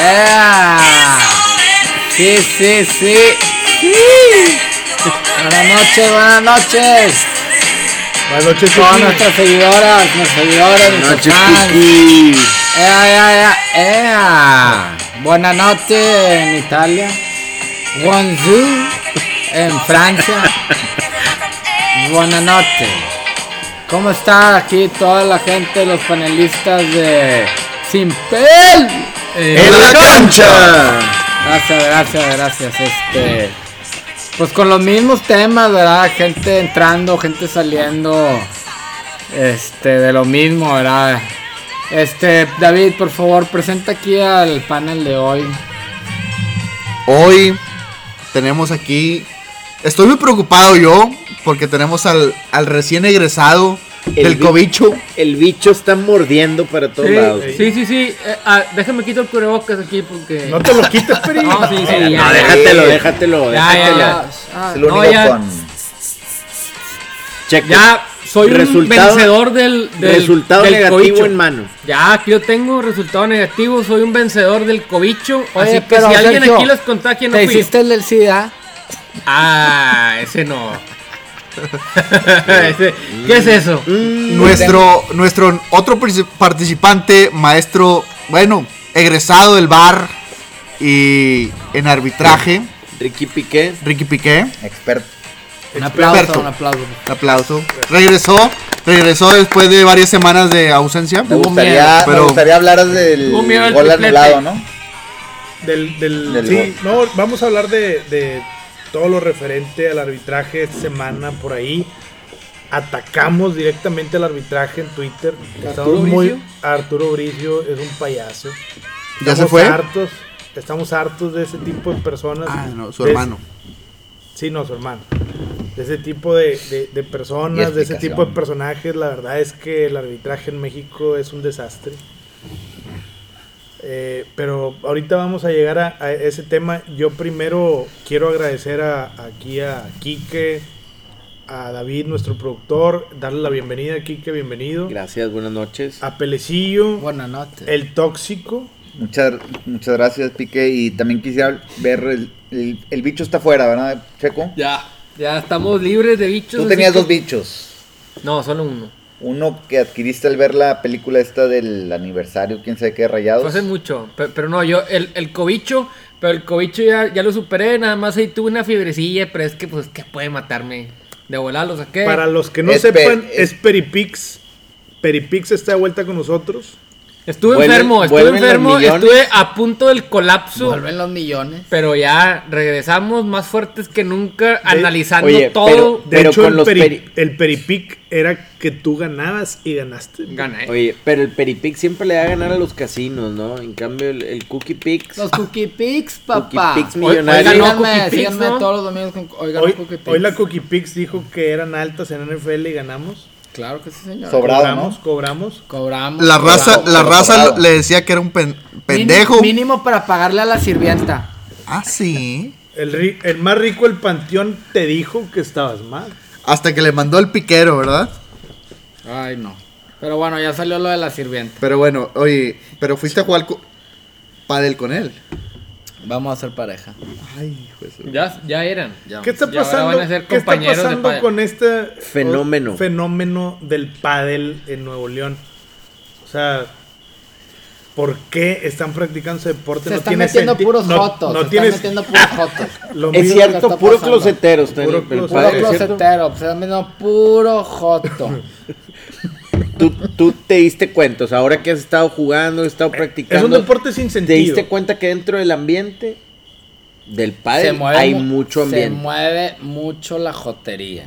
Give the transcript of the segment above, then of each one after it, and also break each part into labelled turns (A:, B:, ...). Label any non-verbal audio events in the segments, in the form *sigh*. A: ¡Eh! Sí, sí, sí. Sí. Buenas noches, buenas noches.
B: Buenas noches,
A: Todas
B: Juana.
A: nuestras seguidoras, nuestros seguidores,
C: Buenas
A: nuestros
C: noches,
A: fans.
C: Kiki.
A: Ea, ea, ea, ea. Buenas noches en Italia. Bonjour en Francia. Buenas noches. ¿Cómo está aquí toda la gente, los panelistas de Sin Pel?
B: Eh,
C: ¡En la cancha!
A: Gracias, gracias, gracias. Este, pues con los mismos temas, ¿verdad? Gente entrando, gente saliendo. Este, de lo mismo, ¿verdad? Este, David, por favor, presenta aquí al panel de hoy.
C: Hoy tenemos aquí. Estoy muy preocupado yo, porque tenemos al, al recién egresado del
D: bi-
C: cobicho.
D: El bicho está mordiendo para todos lados.
E: Sí, sí, sí. Eh, ah, déjame quitar el cubrebocas aquí porque.
B: no te lo quites, Peri.
E: No, sí, sí,
D: No,
E: ya, ya,
D: déjatelo, déjatelo,
E: ya, ya,
D: déjatelo.
E: ya. Ah,
D: Es el único
E: no, ya,
D: con. Checo.
E: ya soy
D: Resultado-
E: un vencedor del, del
D: resultado
E: del
D: negativo
E: cobicho.
D: en mano.
E: Ya, aquí yo tengo resultado negativo, soy un vencedor del cobicho.
A: Oye,
E: así que si
A: pero,
E: alguien
A: Sergio,
E: aquí los contagia, no
A: ¿Te
E: fui yo.
A: hiciste el del SIDA?
E: Ah, ese no. Ese- ¿Qué es eso?
C: Nuestro, nuestro otro princi- participante, maestro, bueno, egresado del bar y en arbitraje,
D: Ricky Piqué,
C: Ricky Piqué.
D: experto.
A: Un aplauso,
C: Experto.
A: un aplauso.
C: Un aplauso. Regresó, regresó después de varias semanas de ausencia.
D: Me
A: Ah,
D: gustaría,
C: Pero-
D: me gustaría hablar del
E: Hubo miedo al
D: gol
E: triplete.
D: anulado, ¿no?
B: Del, del,
D: Del
B: sí, no, vamos a hablar de, de todo lo referente al arbitraje esta semana por ahí. Atacamos directamente al arbitraje en Twitter. Estamos muy.
E: Bricio?
B: Arturo Bricio es un payaso.
C: ¿Ya se
B: Estamos
C: fue?
B: Hartos, estamos hartos de ese tipo de personas.
C: Ah, no, su
B: De-
C: hermano.
B: Sí, no, su hermano. De ese tipo de, de- de personas,
D: Y
B: de ese
D: explicación.
B: tipo de personajes, la verdad es que el arbitraje en México es un desastre. Eh, pero ahorita vamos a llegar a, a ese tema. Yo primero quiero agradecer a, aquí a Quique, a David, nuestro productor, darle la bienvenida. Quique, bienvenido.
D: Gracias, buenas noches.
B: A Pelecillo,
A: Buenas noches.
B: el tóxico.
F: Muchas, muchas gracias, Pique. Y también quisiera ver el, el- el bicho está fuera, ¿verdad, Checo?
E: Ya. Ya estamos libres de bichos.
F: Tú
E: así
F: tenías
E: que-
F: dos bichos.
E: No, solo uno.
F: Uno que adquiriste al ver la película esta del aniversario, quién sabe qué, rayados.
E: Fue hace mucho, pe- pero, no, yo, el, el cobicho, pero el cobicho ya, ya lo superé, nada más ahí tuve una fiebrecilla, pero es que pues que puede matarme. De volar lo
D: Eh,
E: saqué.
B: Para los que no
F: Es pe-
B: sepan,
F: es-
B: es Peripix. Peripix está de vuelta con nosotros.
E: Estuve
D: Vuelven-
E: enfermo, estuve
D: vuelven los
E: enfermo,
D: millones.
E: estuve a punto del colapso,
A: Vuelven los millones.
E: pero ya regresamos más fuertes que nunca, analizando
D: oye,
E: todo.
B: De
D: Pero
B: hecho,
D: con
B: el,
D: los
B: peri-
D: peri-
B: el peripic era que tú ganabas y ganaste.
E: Gané.
D: Oye, pero el Peripic siempre le da a ganar a los casinos, ¿no? En cambio, el, el Cookie Pix.
A: Los Cookie Picks, papá.
D: Cookie Picks
A: Hoy-
D: millonarios.
A: Hoy
E: Ganó
A: ganó
E: Cookie Picks,
A: síganme
E: ¿no?
A: todos los domingos con hoy ganó
B: Hoy,
A: Cookie Picks.
B: hoy la Cookie Picks dijo que eran altas en NFL y ganamos.
A: Claro que sí, señor.
F: Sobre- Bravo,
B: Cobramos,
F: ¿no?
B: cobramos.
A: Cobramos.
C: La raza,
F: Bravo,
C: la
F: bravo,
C: raza
F: bravo.
C: le decía que era un pen- pendejo.
A: Mínimo, mínimo para pagarle a la sirvienta.
C: Ah, sí.
B: El, ri- el más rico, el panteón, te dijo que estabas mal.
C: Hasta que le mandó el piquero, ¿verdad?
A: Ay, no. Pero bueno, ya salió lo de la sirvienta.
C: Pero bueno, oye, pero fuiste a jugar co- padel con él.
A: Vamos a ser pareja.
C: Ay, pues.
E: Ya, ya eran.
A: Ya.
B: ¿Qué está
E: Y ahora
B: pasando?
E: van a ser
B: ¿Qué está
E: compañeros de
B: pasando
E: pádel.
B: con este
D: Fenómeno.
B: o- fenómeno del pádel en Nuevo León? O sea, ¿por qué están practicando ese deporte?
A: Se
B: no
A: están
B: tiene
A: metiendo
B: senti-
A: puros
B: no-
A: jotos.
B: No
A: se
B: tienes
A: están metiendo puros jotos.
B: lo mismo-
D: es
A: que está
D: cierto, puro
A: pasando.
D: closetero está en el-
B: Puro
D: el
A: Puro
B: Padre,
D: padre,
B: closetero.
D: ¿cierto?
A: closetero. Se están metiendo puro joto.
D: Tú, tú te diste cuenta, o sea, ahora que has estado jugando, has estado
B: Es
D: practicando.
B: un deporte sin
D: ¿Te
B: sentido.
F: este
D: diste cuenta que dentro del ambiente del
A: se
D: padre
A: mueve
D: hay
A: mu-
D: mucho
A: Se
D: ambiente?
A: mueve mucho la jotería.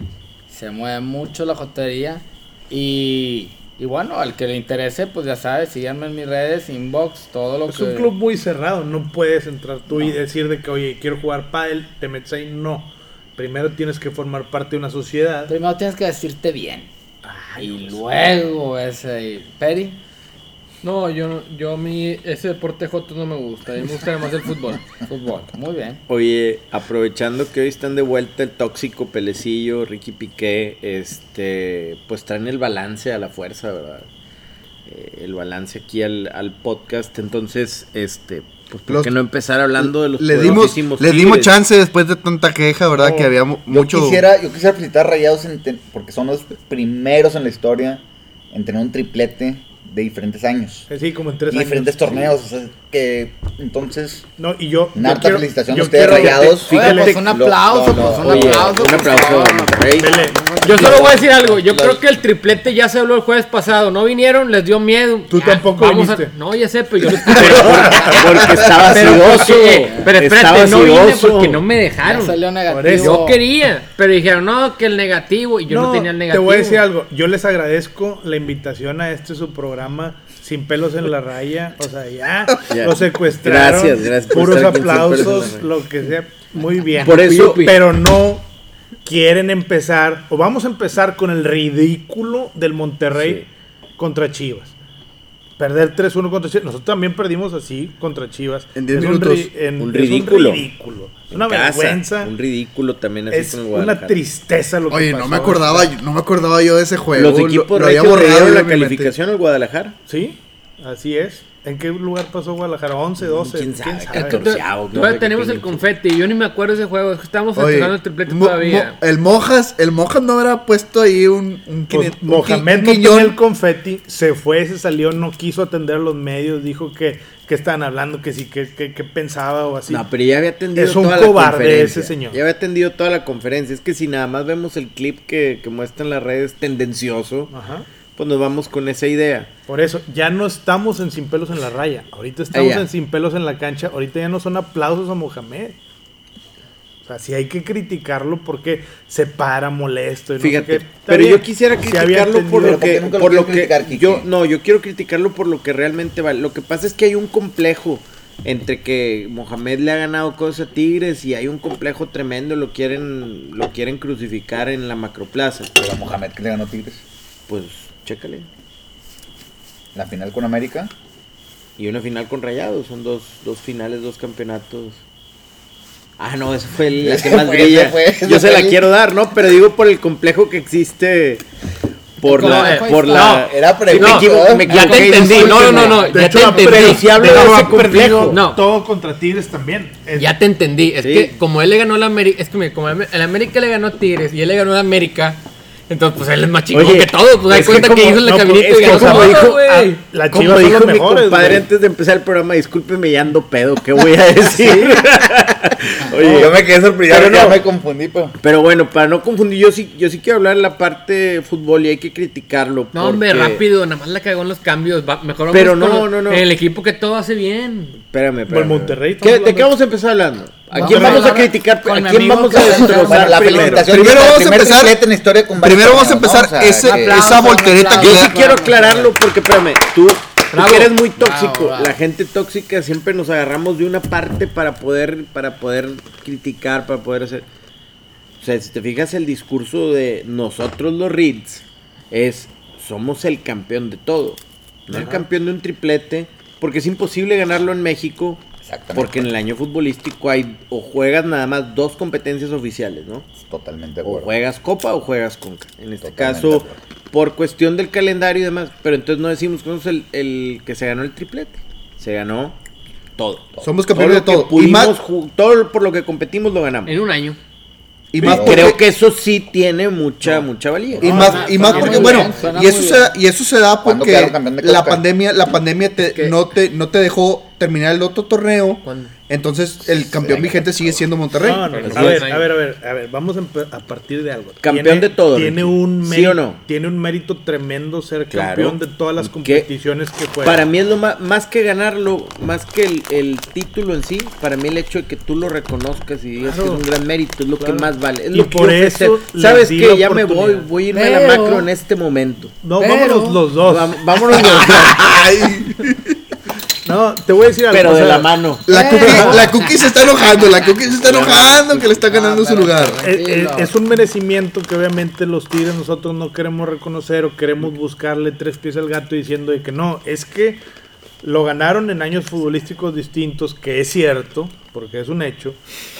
A: Se mueve mucho la jotería. Y, y bueno, al que le interese, pues ya sabes, síganme en mis redes, inbox, todo lo
B: Es
A: que.
B: un club muy cerrado, no puedes entrar tú y decir de que, oye, quiero jugar pádel, te metes ahí. No. Primero tienes que formar parte de una sociedad.
A: Primero tienes que decirte bien. y luego ese. Peri.
E: No, yo, no- yo mi, ese deporte joto no me gusta, a mí me gusta más
B: *laughs*
E: el fútbol.
A: Fútbol, muy bien.
D: Oye, aprovechando que hoy están de vuelta el tóxico Pelecillo, Ricky Piqué, este, pues traen el balance a la fuerza, ¿verdad? eh, el balance aquí al, al podcast. Entonces, este, pues, ¿por
C: Los-
D: qué no empezar hablando de los
C: Le dimos,
D: poderosísimos
C: le dimos
D: Tigres?
C: chance después de tanta queja, ¿verdad?
B: No,
C: que había mu-
F: Yo
C: mucho.
F: quisiera, yo quisiera felicitar a Rayados en ten- porque son los primeros en la historia en tener un triplete de diferentes años.
B: Sí, como en
F: Y
B: tres años.
F: diferentes torneos. o sea, que entonces,
B: No, y yo.
F: una
B: yo
F: harta
B: quiero-
F: felicitación a
B: yo
F: ustedes,
B: quiero-
F: Rayados.
A: Oye,
D: Fíjate,
A: pues un
F: lo-
A: aplauso,
F: no, no,
A: pues un
D: Oye,
A: aplauso.
D: un
A: por
D: aplauso,
A: favor.
D: Monterrey.
B: Dele.
E: Yo solo voy a decir algo. Yo creo que el triplete ya se habló el jueves pasado. No vinieron, les dio miedo.
B: Tú
E: Ya,
B: tampoco
E: vamos a-
B: viniste.
E: No, ya sé, pero yo les
D: Porque estaba
E: Pero,
D: acidoso.
E: porque- pero espérate,
D: Estaba
E: no vine
D: acidoso.
E: porque no me
A: Ya
E: dejaron.
A: salió
B: Por eso.
A: negativo.
E: Yo quería, pero dijeron, no, que el negativo. Y yo no, tenía el negativo.
B: Te voy a decir algo. Yo les agradezco la invitación a este su programa sin pelos en la raya. O sea, ya
D: *laughs* Ya.
B: lo secuestraron.
D: Gracias, gracias por
B: Puros
D: estar aquí en Sin Pelos en
B: aplausos,
D: la
B: lo que sea. Muy bien.
D: Por eso-
B: Yupi. Pero no quieren empezar. O vamos a empezar con el ridículo del Monterrey contra Chivas. Perder 3-1 contra Chivas. Nosotros también perdimos así contra Chivas.
C: En 10
B: Es un
C: minutos.
B: ri- en-
D: Un
B: es
D: ridículo.
B: ridículo. Es
D: En
B: una
D: casa,
B: vergüenza.
D: Un ridículo también así
B: Es
D: como
B: una
D: Guadalajara.
B: tristeza lo que
C: Oye, no
B: pasó.
C: me acordaba, yo- no me acordaba yo de ese juego.
D: Los
C: lo-
D: equipos
C: lo había
D: regios le
C: borrado
D: dieron
C: de
D: la
C: mi mente.
D: calificación al Guadalajara.
B: Sí, así es. ¿En qué lugar pasó Guadalajara? 11, 12.
D: Mm, ¿Quién sabe?
E: Entonces,
D: Torceavo, no sé
E: Todavía
D: qué
E: tenemos el
D: pinche.
E: confeti. Yo ni me acuerdo de ese juego. Estamos
C: Oye,
E: festejando el triplete
C: Mo-
E: todavía.
C: Mo- el Mojas, el Mojas no habrá puesto ahí un, un,
B: Pues,
C: quine- un
B: Mohamed
C: qui-
B: no
C: un
B: tenía
C: quiñón.
B: el confeti, se fue, se salió, no quiso atender a los medios, dijo que, que estaban hablando, que sí, que, que, que pensaba o así.
D: No, pero ya había atendido
B: Es un
D: toda
B: cobarde
D: la conferencia.
B: ese señor.
D: Ya había atendido toda la conferencia. Es que si nada más vemos el clip que, que muestra en las redes tendencioso,
B: Ajá.
D: pues nos vamos con esa idea.
B: Por eso, ya no estamos en sin pelos en la raya. Ahorita estamos
D: Ah, ya.
B: en sin pelos en la cancha. Ahorita ya no son aplausos a Mohamed. O sea, si hay que criticarlo porque se para molesto. Y no sé
D: Fíjate,
B: qué. Está
D: pero
B: bien,
D: yo quisiera
B: sí había
D: criticarlo por
B: atendido,
D: lo
F: ¿por qué
D: que,
F: nunca lo
D: por lo
F: quieres
D: que
F: criticar, Quique?
D: yo no, yo quiero criticarlo por lo que realmente vale. Lo que pasa es que hay un complejo entre que Mohamed le ha ganado cosas a Tigres y hay un complejo tremendo, lo quieren lo quieren crucificar en la macroplaza.
F: Pero a Mohamed que le ganó Tigres.
D: Pues chécale.
F: La final con América.
D: Y una final con Rayados, son dos, dos finales, dos campeonatos. Ah, no, esa fue la
F: Esa
D: que más
F: fue,
D: brilla.
F: esa fue, esa
D: Yo se la
F: fue.
D: quiero dar, ¿no? Pero digo por el complejo que existe por
A: No,
D: la...
A: no,
D: por la...
F: Era
D: Sí, me
F: pregunta.
D: equivo- me
E: Ya te
D: equivoqué,
E: entendí. No, no, no, no.
B: De
E: Ya
B: hecho,
E: te
B: la
E: entendí.
D: Pero si hablo
B: Pero
D: de
B: lo
D: ese
B: ha perdido
D: complejo.
E: No.
B: todo contra Tigres también. Es-
E: Ya te entendí. Es
D: Sí.
E: que como él le ganó a la América, es que mira, como el América le ganó a Tigres y él le ganó a América, entonces pues él es más chingón
D: Oye,
E: que todos. Pues hay
D: es que
E: cuenta que,
D: como-
E: hizo el
D: no,
E: caminito
D: es
E: y
D: que
E: ganó
D: como
E: todo,
D: dijo-
E: güey.
B: Ah, la
D: Como
B: Chivas son
D: dijo
B: los
D: mi
B: mejores,
D: compadre
B: güey.
D: antes de empezar el programa, discúlpeme ya ando pedo, ¿qué voy a
B: *laughs*
D: decir? *laughs* Oye,
F: yo me quedé sorprendido,
D: Pero
F: ya
D: no.
F: me confundí, pues. pero.
D: Pero bueno, para no confundir, yo sí, yo sí quiero hablar de la parte de fútbol y hay que criticarlo.
E: No, hombre,
D: porque-
E: rápido, nada más la cagó en los cambios. va- mejor vamos
D: Pero no,
E: con los-
D: no, no.
E: El equipo que todo hace bien.
D: Espérame,
B: Por
D: espérame.
B: Monterrey
D: ¿Qué-
B: estamos
D: ¿De qué
B: hablando.
D: vamos a empezar hablando? ¿A
A: Vamos
D: quién
A: a
D: vamos a
A: hablar
D: criticar?
A: con
D: ¿A
A: mi
D: quién
A: amigo
D: vamos a
A: que-
D: destrozar
A: Bueno,
F: la
D: primero?
F: felicitación
C: Primero
F: el
C: vamos a
F: primer
C: empezar-
F: triplete en la historia con varios
C: Primero vamos a
F: torneos, ¿no?
C: empezar
F: O sea,
C: ese,
F: que-
A: aplauso,
C: esa voltereta
A: aplauso.
C: que
D: Yo sí
A: Bravo,
D: quiero
A: bravo.
D: aclararlo porque, espérame, tú, tú
E: Bravo.
D: que eres muy tóxico.
A: bravo.
D: La gente tóxica siempre nos agarramos de una parte para poder, para poder criticar, para poder hacer. O sea, si te fijas el discurso de nosotros los Reeds es somos el campeón de todo. No el campeón de un triplete, porque es imposible ganarlo en México.
F: Exactamente.
D: Porque en el año futbolístico hay o juegas nada más dos competencias oficiales, ¿no?
F: Totalmente de
D: O
F: acuerdo.
D: juegas Copa o juegas Conca. En este
F: Totalmente de
D: caso,
F: acuerdo.
D: por cuestión del calendario y demás. Pero entonces no decimos que somos el, el que se ganó el triplete. Se ganó todo.
C: Somos
D: Todo
C: campeones
D: lo
C: de todo.
D: que
C: Y
D: pudimos
C: más-
D: ju- todo lo- por lo que competimos lo ganamos.
E: En un año.
C: y más
F: Sí.
C: porque-
D: Creo que eso sí tiene mucha, mucha valía.
C: Y
A: No,
C: más,
A: suena-
C: y más
A: suena
C: porque,
A: muy
C: bueno,
A: bien, suena
C: y eso,
A: muy
C: se
A: bien.
C: da, y eso se da
F: ¿Cuándo
C: porque
F: quedaron campeón de
C: la
F: Coca?
C: pandemia, la pandemia te,
E: que-
C: no, te, no te dejó terminar el otro torneo.
E: ¿Cuándo?
C: Entonces, el campeón vigente sigue siendo Monterrey.
B: No, *laughs* no,
C: *laughs*
E: Pero
B: a,
E: sí.
B: ver, a ver, a ver, a ver, vamos a, empe- a partir de algo.
D: Campeón
B: Tiene-
D: de todo,
B: Tiene
D: Ricky.
B: un,
D: ¿Sí
B: mérito,
D: o no?
B: tiene un mérito tremendo ser
D: Claro.
B: campeón de todas las
D: ¿Qué?
B: competiciones que juega.
D: Para mí es lo más, más que ganarlo, más que el, el título en sí, para mí el hecho de que tú lo reconozcas y digas
B: Claro.
D: que es un gran mérito es lo
B: Claro.
D: que más vale. Es
B: Y
D: lo que
B: por
D: yo
B: eso
D: festejo.
B: les
D: sabes
B: di
D: que
B: la
D: ya me voy,
B: oportunidad.
D: voy a irme a la
A: Pero-
D: macro en este momento.
B: No,
A: Pero-
B: vámonos los dos.
D: Vam- Vámonos los *laughs* dos.
B: No, te voy a decir algo.
D: Ah, Pero
B: o
D: de
B: sea,
D: la mano.
C: La, cookie, la Cookie se está enojando, la Cookie se está enojando que le está ganando su lugar.
B: eh, eh,
A: Tranquilo.
B: es un merecimiento que obviamente los tigres nosotros no queremos reconocer o queremos buscarle tres pies al gato diciendo de que no, es que lo ganaron en años futbolísticos distintos, que es cierto, porque es un hecho,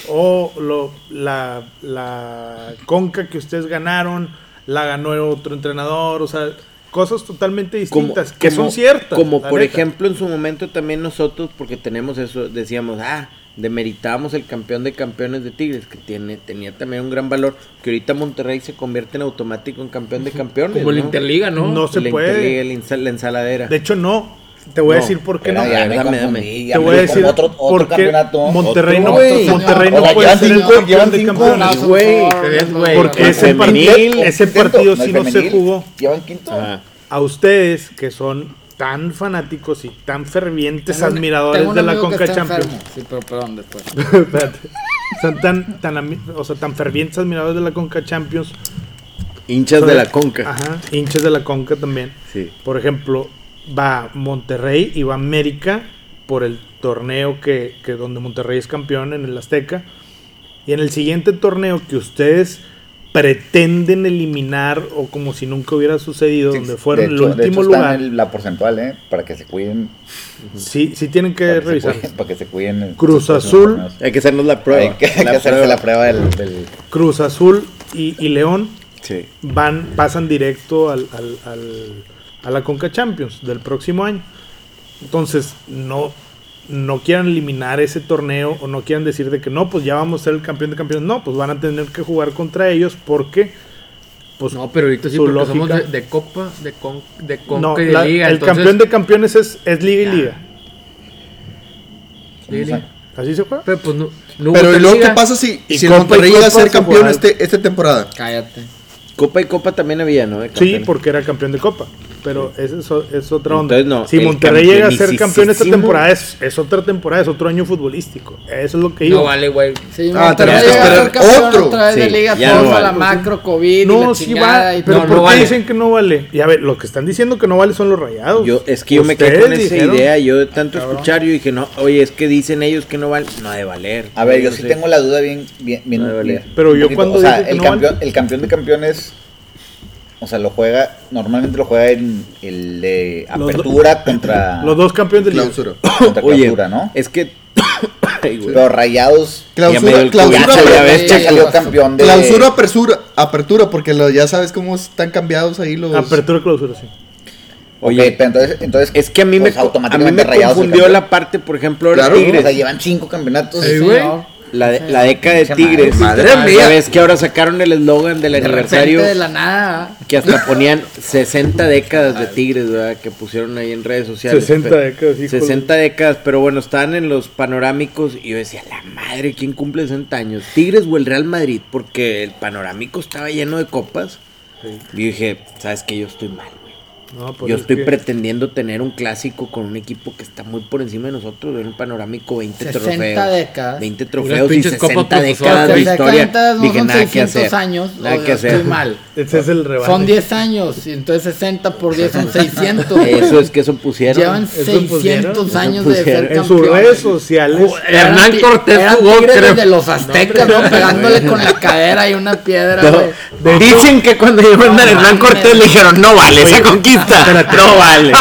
B: o lo, la, la conca que ustedes ganaron la ganó otro entrenador, o sea, cosas totalmente
D: como-
B: distintas, que
D: como-
B: son ciertas.
D: Como
B: la
D: por
B: neta.
D: ejemplo en su momento también nosotros, porque tenemos eso, decíamos, ah, demeritábamos el campeón de campeones de Tigres, que tiene, tenía también un gran valor, que ahorita Monterrey se convierte en automático en campeón de campeones.
E: Como la
D: ¿no?
E: Interliga, ¿no?
B: No. se
D: La
B: puede.
D: Interliga, la, ensa- la ensaladera.
B: De hecho, no. Te voy a
D: No,
B: decir por qué
F: Pero
B: no.
F: ya
D: Dame,
F: me
D: dame.
F: confundí, ya
B: Te
F: me
B: voy a
F: confundí.
B: decir
F: otro, otro
B: por qué
F: campeonato.
B: Monterrey
F: otro,
B: no,
F: güey.
B: Monterrey
F: O
B: no
F: sea,
B: puede
F: llevan
B: ser el
F: cinco-
B: campeón
F: llevan
B: de
F: cinco
B: campeones.
D: años, güey.
E: güey.
B: Porque ese
D: Femenil.
B: partido, ese partido
F: No, el
B: sí no se
F: femenil.
B: jugó.
F: Llevan quinto.
D: Ah,
B: A ustedes que son tan fanáticos y tan fervientes
A: Tengo un-
B: admiradores
A: tengo un
B: de la
A: amigo que
B: Conca
A: está
B: Champions.
A: enfermo. Sí, pero perdón, después.
B: *laughs* Espérate. Son tan, tan, ami- o sea, tan fervientes admiradores de la Conca Champions.
D: hinchas de
B: Son-
D: la conca.
B: Ajá, hinchas de la Conca también.
D: Sí.
B: Por ejemplo, va Monterrey y va América por el torneo que, que donde Monterrey es campeón en el Azteca. Y en el siguiente torneo que ustedes pretenden eliminar o como si nunca hubiera sucedido,
F: Sí,
B: donde
F: de
B: fueron
F: hecho-
B: el
F: de
B: último
F: hecho
B: lugar,
F: Está en el- la porcentual, ¿eh? Para que se cuiden.
B: sí, sí tienen que
F: Para que, se
B: revisar.
F: cuiden para que se cuiden. en-
B: Cruz
F: en los
B: Azul.
F: torneos.
D: Hay que hacernos la prueba.
F: Hay que, hay que
D: la
F: hacerse
D: prueba.
F: la prueba del. del-
B: Cruz Azul y, y León
D: Sí.
B: van, pasan directo al, al- al- a la Conca Champions del próximo año. Entonces, no, no quieran eliminar ese torneo o no quieran decir de que no, pues ya vamos a ser el campeón de campeones. No, pues van a tener que jugar contra ellos porque... Pues,
E: No, pero ahorita sí,
B: su
E: porque somos de,
B: lógica-
E: de Copa, de, con, de Conca
B: no,
E: y de
B: la-
E: Liga.
B: el
E: entonces-
B: campeón de campeones es, es liga y liga.
E: Sí, sí.
B: ¿Así se juega?
E: Pero pues no, no
C: Pero
E: hubo
C: ¿y luego qué
E: Interliga.
C: pasa si,
B: Y
C: si el
B: Copa y
C: Monterrey llega a
B: Copa
C: ser
B: se
C: campeón
B: jugará.
C: este, esta temporada?
A: Cállate.
D: Copa y Copa también había, ¿no? De
B: Sí,
D: campeones.
B: porque era campeón de Copa. Pero esa es, o- es otra onda.
D: Entonces, no,
B: si
D: el
B: Monterrey llega a ser campeón esta
D: campeonisísimo-
B: temporada, es, es otra temporada, es otro año futbolístico. Eso es lo que iba.
E: No vale, güey.
A: Sí,
C: Ah,
A: ah, tenemos
C: tenemos que esperar otro.
A: otro. Otra vez de
D: Sí,
A: liga,
D: ya no
A: todo
D: vale.
A: la macro, COVID, y
B: No,
A: la
B: sí
A: chingada
B: va,
A: y
B: pero
A: todo.
B: ¿por
E: no
B: qué
E: vale.
B: dicen que no vale? Y a ver, los que están diciendo que no vale son los rayados.
D: Yo,
C: Pues,
D: es que yo me quedé
B: Ustedes
D: con esa
B: dijeron-
D: idea, yo de tanto escuchar, yo dije, no, oye, es que dicen ellos que no vale, no de valer.
F: A ver, yo
D: No
F: sí
D: sé.
F: tengo la duda bien. bien, bien,
D: No me vale.
F: bien-
B: Pero
F: un
B: yo cuando
F: O sea,
B: dije que
F: el,
B: no
F: campeón,
B: vale.
F: el campeón de campeones. O sea, lo juega. Normalmente lo juega en el de
B: Los do-
F: apertura contra.
B: Los dos campeones del
C: Clausura.
F: Contra
D: Oye, eh,
F: clausura, ¿no?
D: es que... *coughs* Ay, güey.
F: Los rayados.
D: Ya me dio
C: Clausura,
D: el
C: clausura,
D: cubillazo, ya
C: apre-
D: ves,
F: ya
D: chacal.
F: salió campeón de.
C: clausura, apresura- apertura, porque lo- ya sabes cómo están cambiados ahí los...
B: Apertura clausura, sí.
F: Oye,
D: Oye,
F: pero entonces, entonces
D: es que a mí
F: pues,
D: me, a mí me
F: Rayados es
D: confundió
F: campeón.
D: la parte, por ejemplo, ahora
C: Claro,
F: O
D: Tigres.
F: sea, llevan cinco campeonatos.
A: Sí,
E: Sí, güey.
A: señor.
D: La, de- la década de
F: Pinche
D: Tigres.
C: madre.
D: Ya
C: Madre mía.
D: ves que ahora sacaron el eslogan del
A: De
D: aniversario
A: repente, de la nada.
D: que hasta ponían 60 décadas de Tigres, ¿verdad? Que pusieron ahí en redes sociales.
B: 60 décadas, híjole.
D: 60 décadas, pero bueno, estaban en los panorámicos y yo decía, la madre, ¿quién cumple 60 años? ¿Tigres o el Real Madrid? Porque el panorámico estaba lleno de copas. Y yo dije, ¿sabes que Yo estoy mal, güey.
B: No, pues
D: yo
B: es
D: estoy
B: que-
D: pretendiendo tener un clásico con un equipo que está muy por encima de nosotros. En el panorámico, 20
A: 60
D: trofeos.
A: décadas.
D: 20
E: Unas
D: trofeos y
E: pinches
D: 60
E: copas
D: décadas de
E: profesoras.
D: historia.
A: décadas no
D: Dije,
A: son
D: nada que
A: 600
D: hacer.
A: años.
D: Nada
A: o
D: que hacer.
A: Estoy mal.
B: Ese es el rebate.
A: Son 10 años, y entonces 60 por 10
D: *laughs*
A: son 600. güey.
D: Eso es que eso pusieron.
A: Llevan
B: Eso
A: 600
B: pusieron.
A: años
D: Eso
A: de
D: pusieron.
A: ser
B: En sus
A: campeones.
B: redes sociales.
E: Hernán
A: ti-
E: Cortés
A: eran
E: jugó,
A: tigres
E: creo.
A: desde los aztecas, ¿no? Pegándole con la cadera y una piedra,
D: No,
A: güey.
E: Dicen que cuando llegó
A: No mames.
E: dijeron, no vale esa conquista.
D: *laughs*
E: No vale.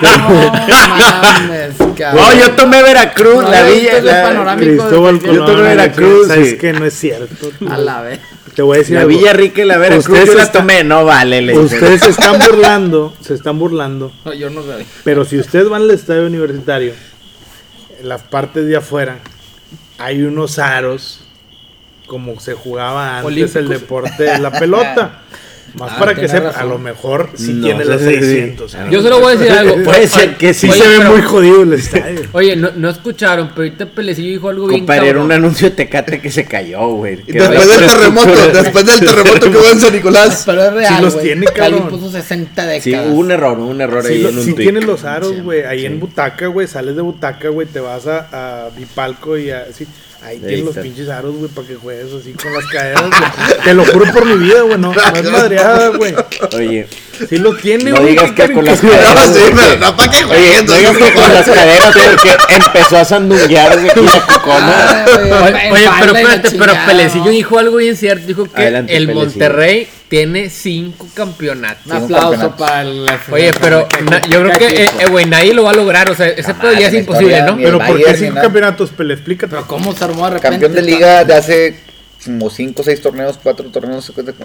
A: No
D: *laughs*
A: mames, cabrón.
E: No, yo tomé Veracruz,
A: No
E: la
A: había
E: villa.
A: visto ese
E: la-
A: panorámico de Veracruz.
B: Cristóbal Colón.
D: tengo
B: Alex,
D: Veracruz,
B: Sabes
D: sí.
B: que no es cierto.
A: A la vez.
B: Te voy a decir
D: La
B: algo.
D: Villa Rica y la Veracruz
B: Ustedes
D: yo la
B: están-
D: tomé, no vale. le dije.
B: Ustedes se están burlando. Se están burlando.
A: No, yo no sabía.
B: Pero si ustedes van al estadio universitario, en las partes de afuera hay unos aros como se jugaba antes el
E: Olímpicos.
B: deporte de la pelota. Más
A: Ah,
B: para que
A: tiene
B: sepa,
A: razón.
B: a lo mejor si
D: No,
B: tiene
D: sí,
B: las
D: sí, Ah. sí.
B: 600. ¿eh?
E: Yo solo voy a decir algo.
D: Puede ser que sí
E: Oye,
B: se ve
E: pero-
B: muy jodido el
D: *laughs*
B: estadio.
E: Oye, no, no escucharon, pero ahorita Pelecillo dijo algo bien
D: Compadre, era
E: cabrón.
D: un anuncio de Tecate que se cayó, güey.
C: Y
D: Que
C: después del
D: la
C: terremoto,
D: infraestructura-
C: después del terremoto que hubo en
B: *laughs*
C: San Nicolás.
A: *laughs* Pero es real,
B: los
A: güey.
B: tiene,
A: Alguien
B: cabrón.
A: puso 60
D: Sí,
A: décadas.
D: hubo un error, hubo un error
B: Si
D: ahí
B: lo-
D: en un
B: si
D: tuit.
B: tienes los aros, güey, ahí
D: sí.
B: en butaca, güey, sales de butaca, güey, te vas a, a Bipalco y así. Ahí tienes los
D: está.
B: pinches aros, güey, para que juegues así con las caderas, güey. Te lo juro por mi vida, güey, no, no
D: *laughs*
B: es madreada, güey.
D: Oye,
B: Sí lo tiene,
D: no
B: güey,
D: digas
B: qué
D: que con las
B: caricatura.
C: No,
D: caderas.
C: sí,
D: güey.
C: pero no, ¿para qué
D: Oye,
C: juegas?
D: no digas que con las caderas, porque empezó a sandunguear de aquí la cocona.
A: Ah, güey,
E: Oye,
A: en
E: oye,
A: banda y
E: pero
A: la
E: espérate, pero
A: chingada,
E: Pelecillo
A: ¿no?
E: dijo algo bien cierto. Dijo que
D: Adelante,
E: el
D: Pelecillo.
E: Monterrey tiene cinco campeonatos.
A: Un
F: Sí, un
A: aplauso
F: campeonato.
A: para el.
E: Oye, pero na- yo creo que, eh, eh, güey, nadie lo va a lograr. O sea, ese
F: Jamás
E: pedo ya es
F: en la
E: imposible,
F: historia,
E: ¿no?
F: ni-
B: Pero
F: el
B: ¿por qué
F: Bayern,
B: cinco
F: ¿no?
B: campeonatos, Pues, Pele? Explícate.
A: Pero ¿cómo se armó de repente?
F: Campeón de
A: pa-
F: liga de hace como cinco, seis torneos, cuatro torneos,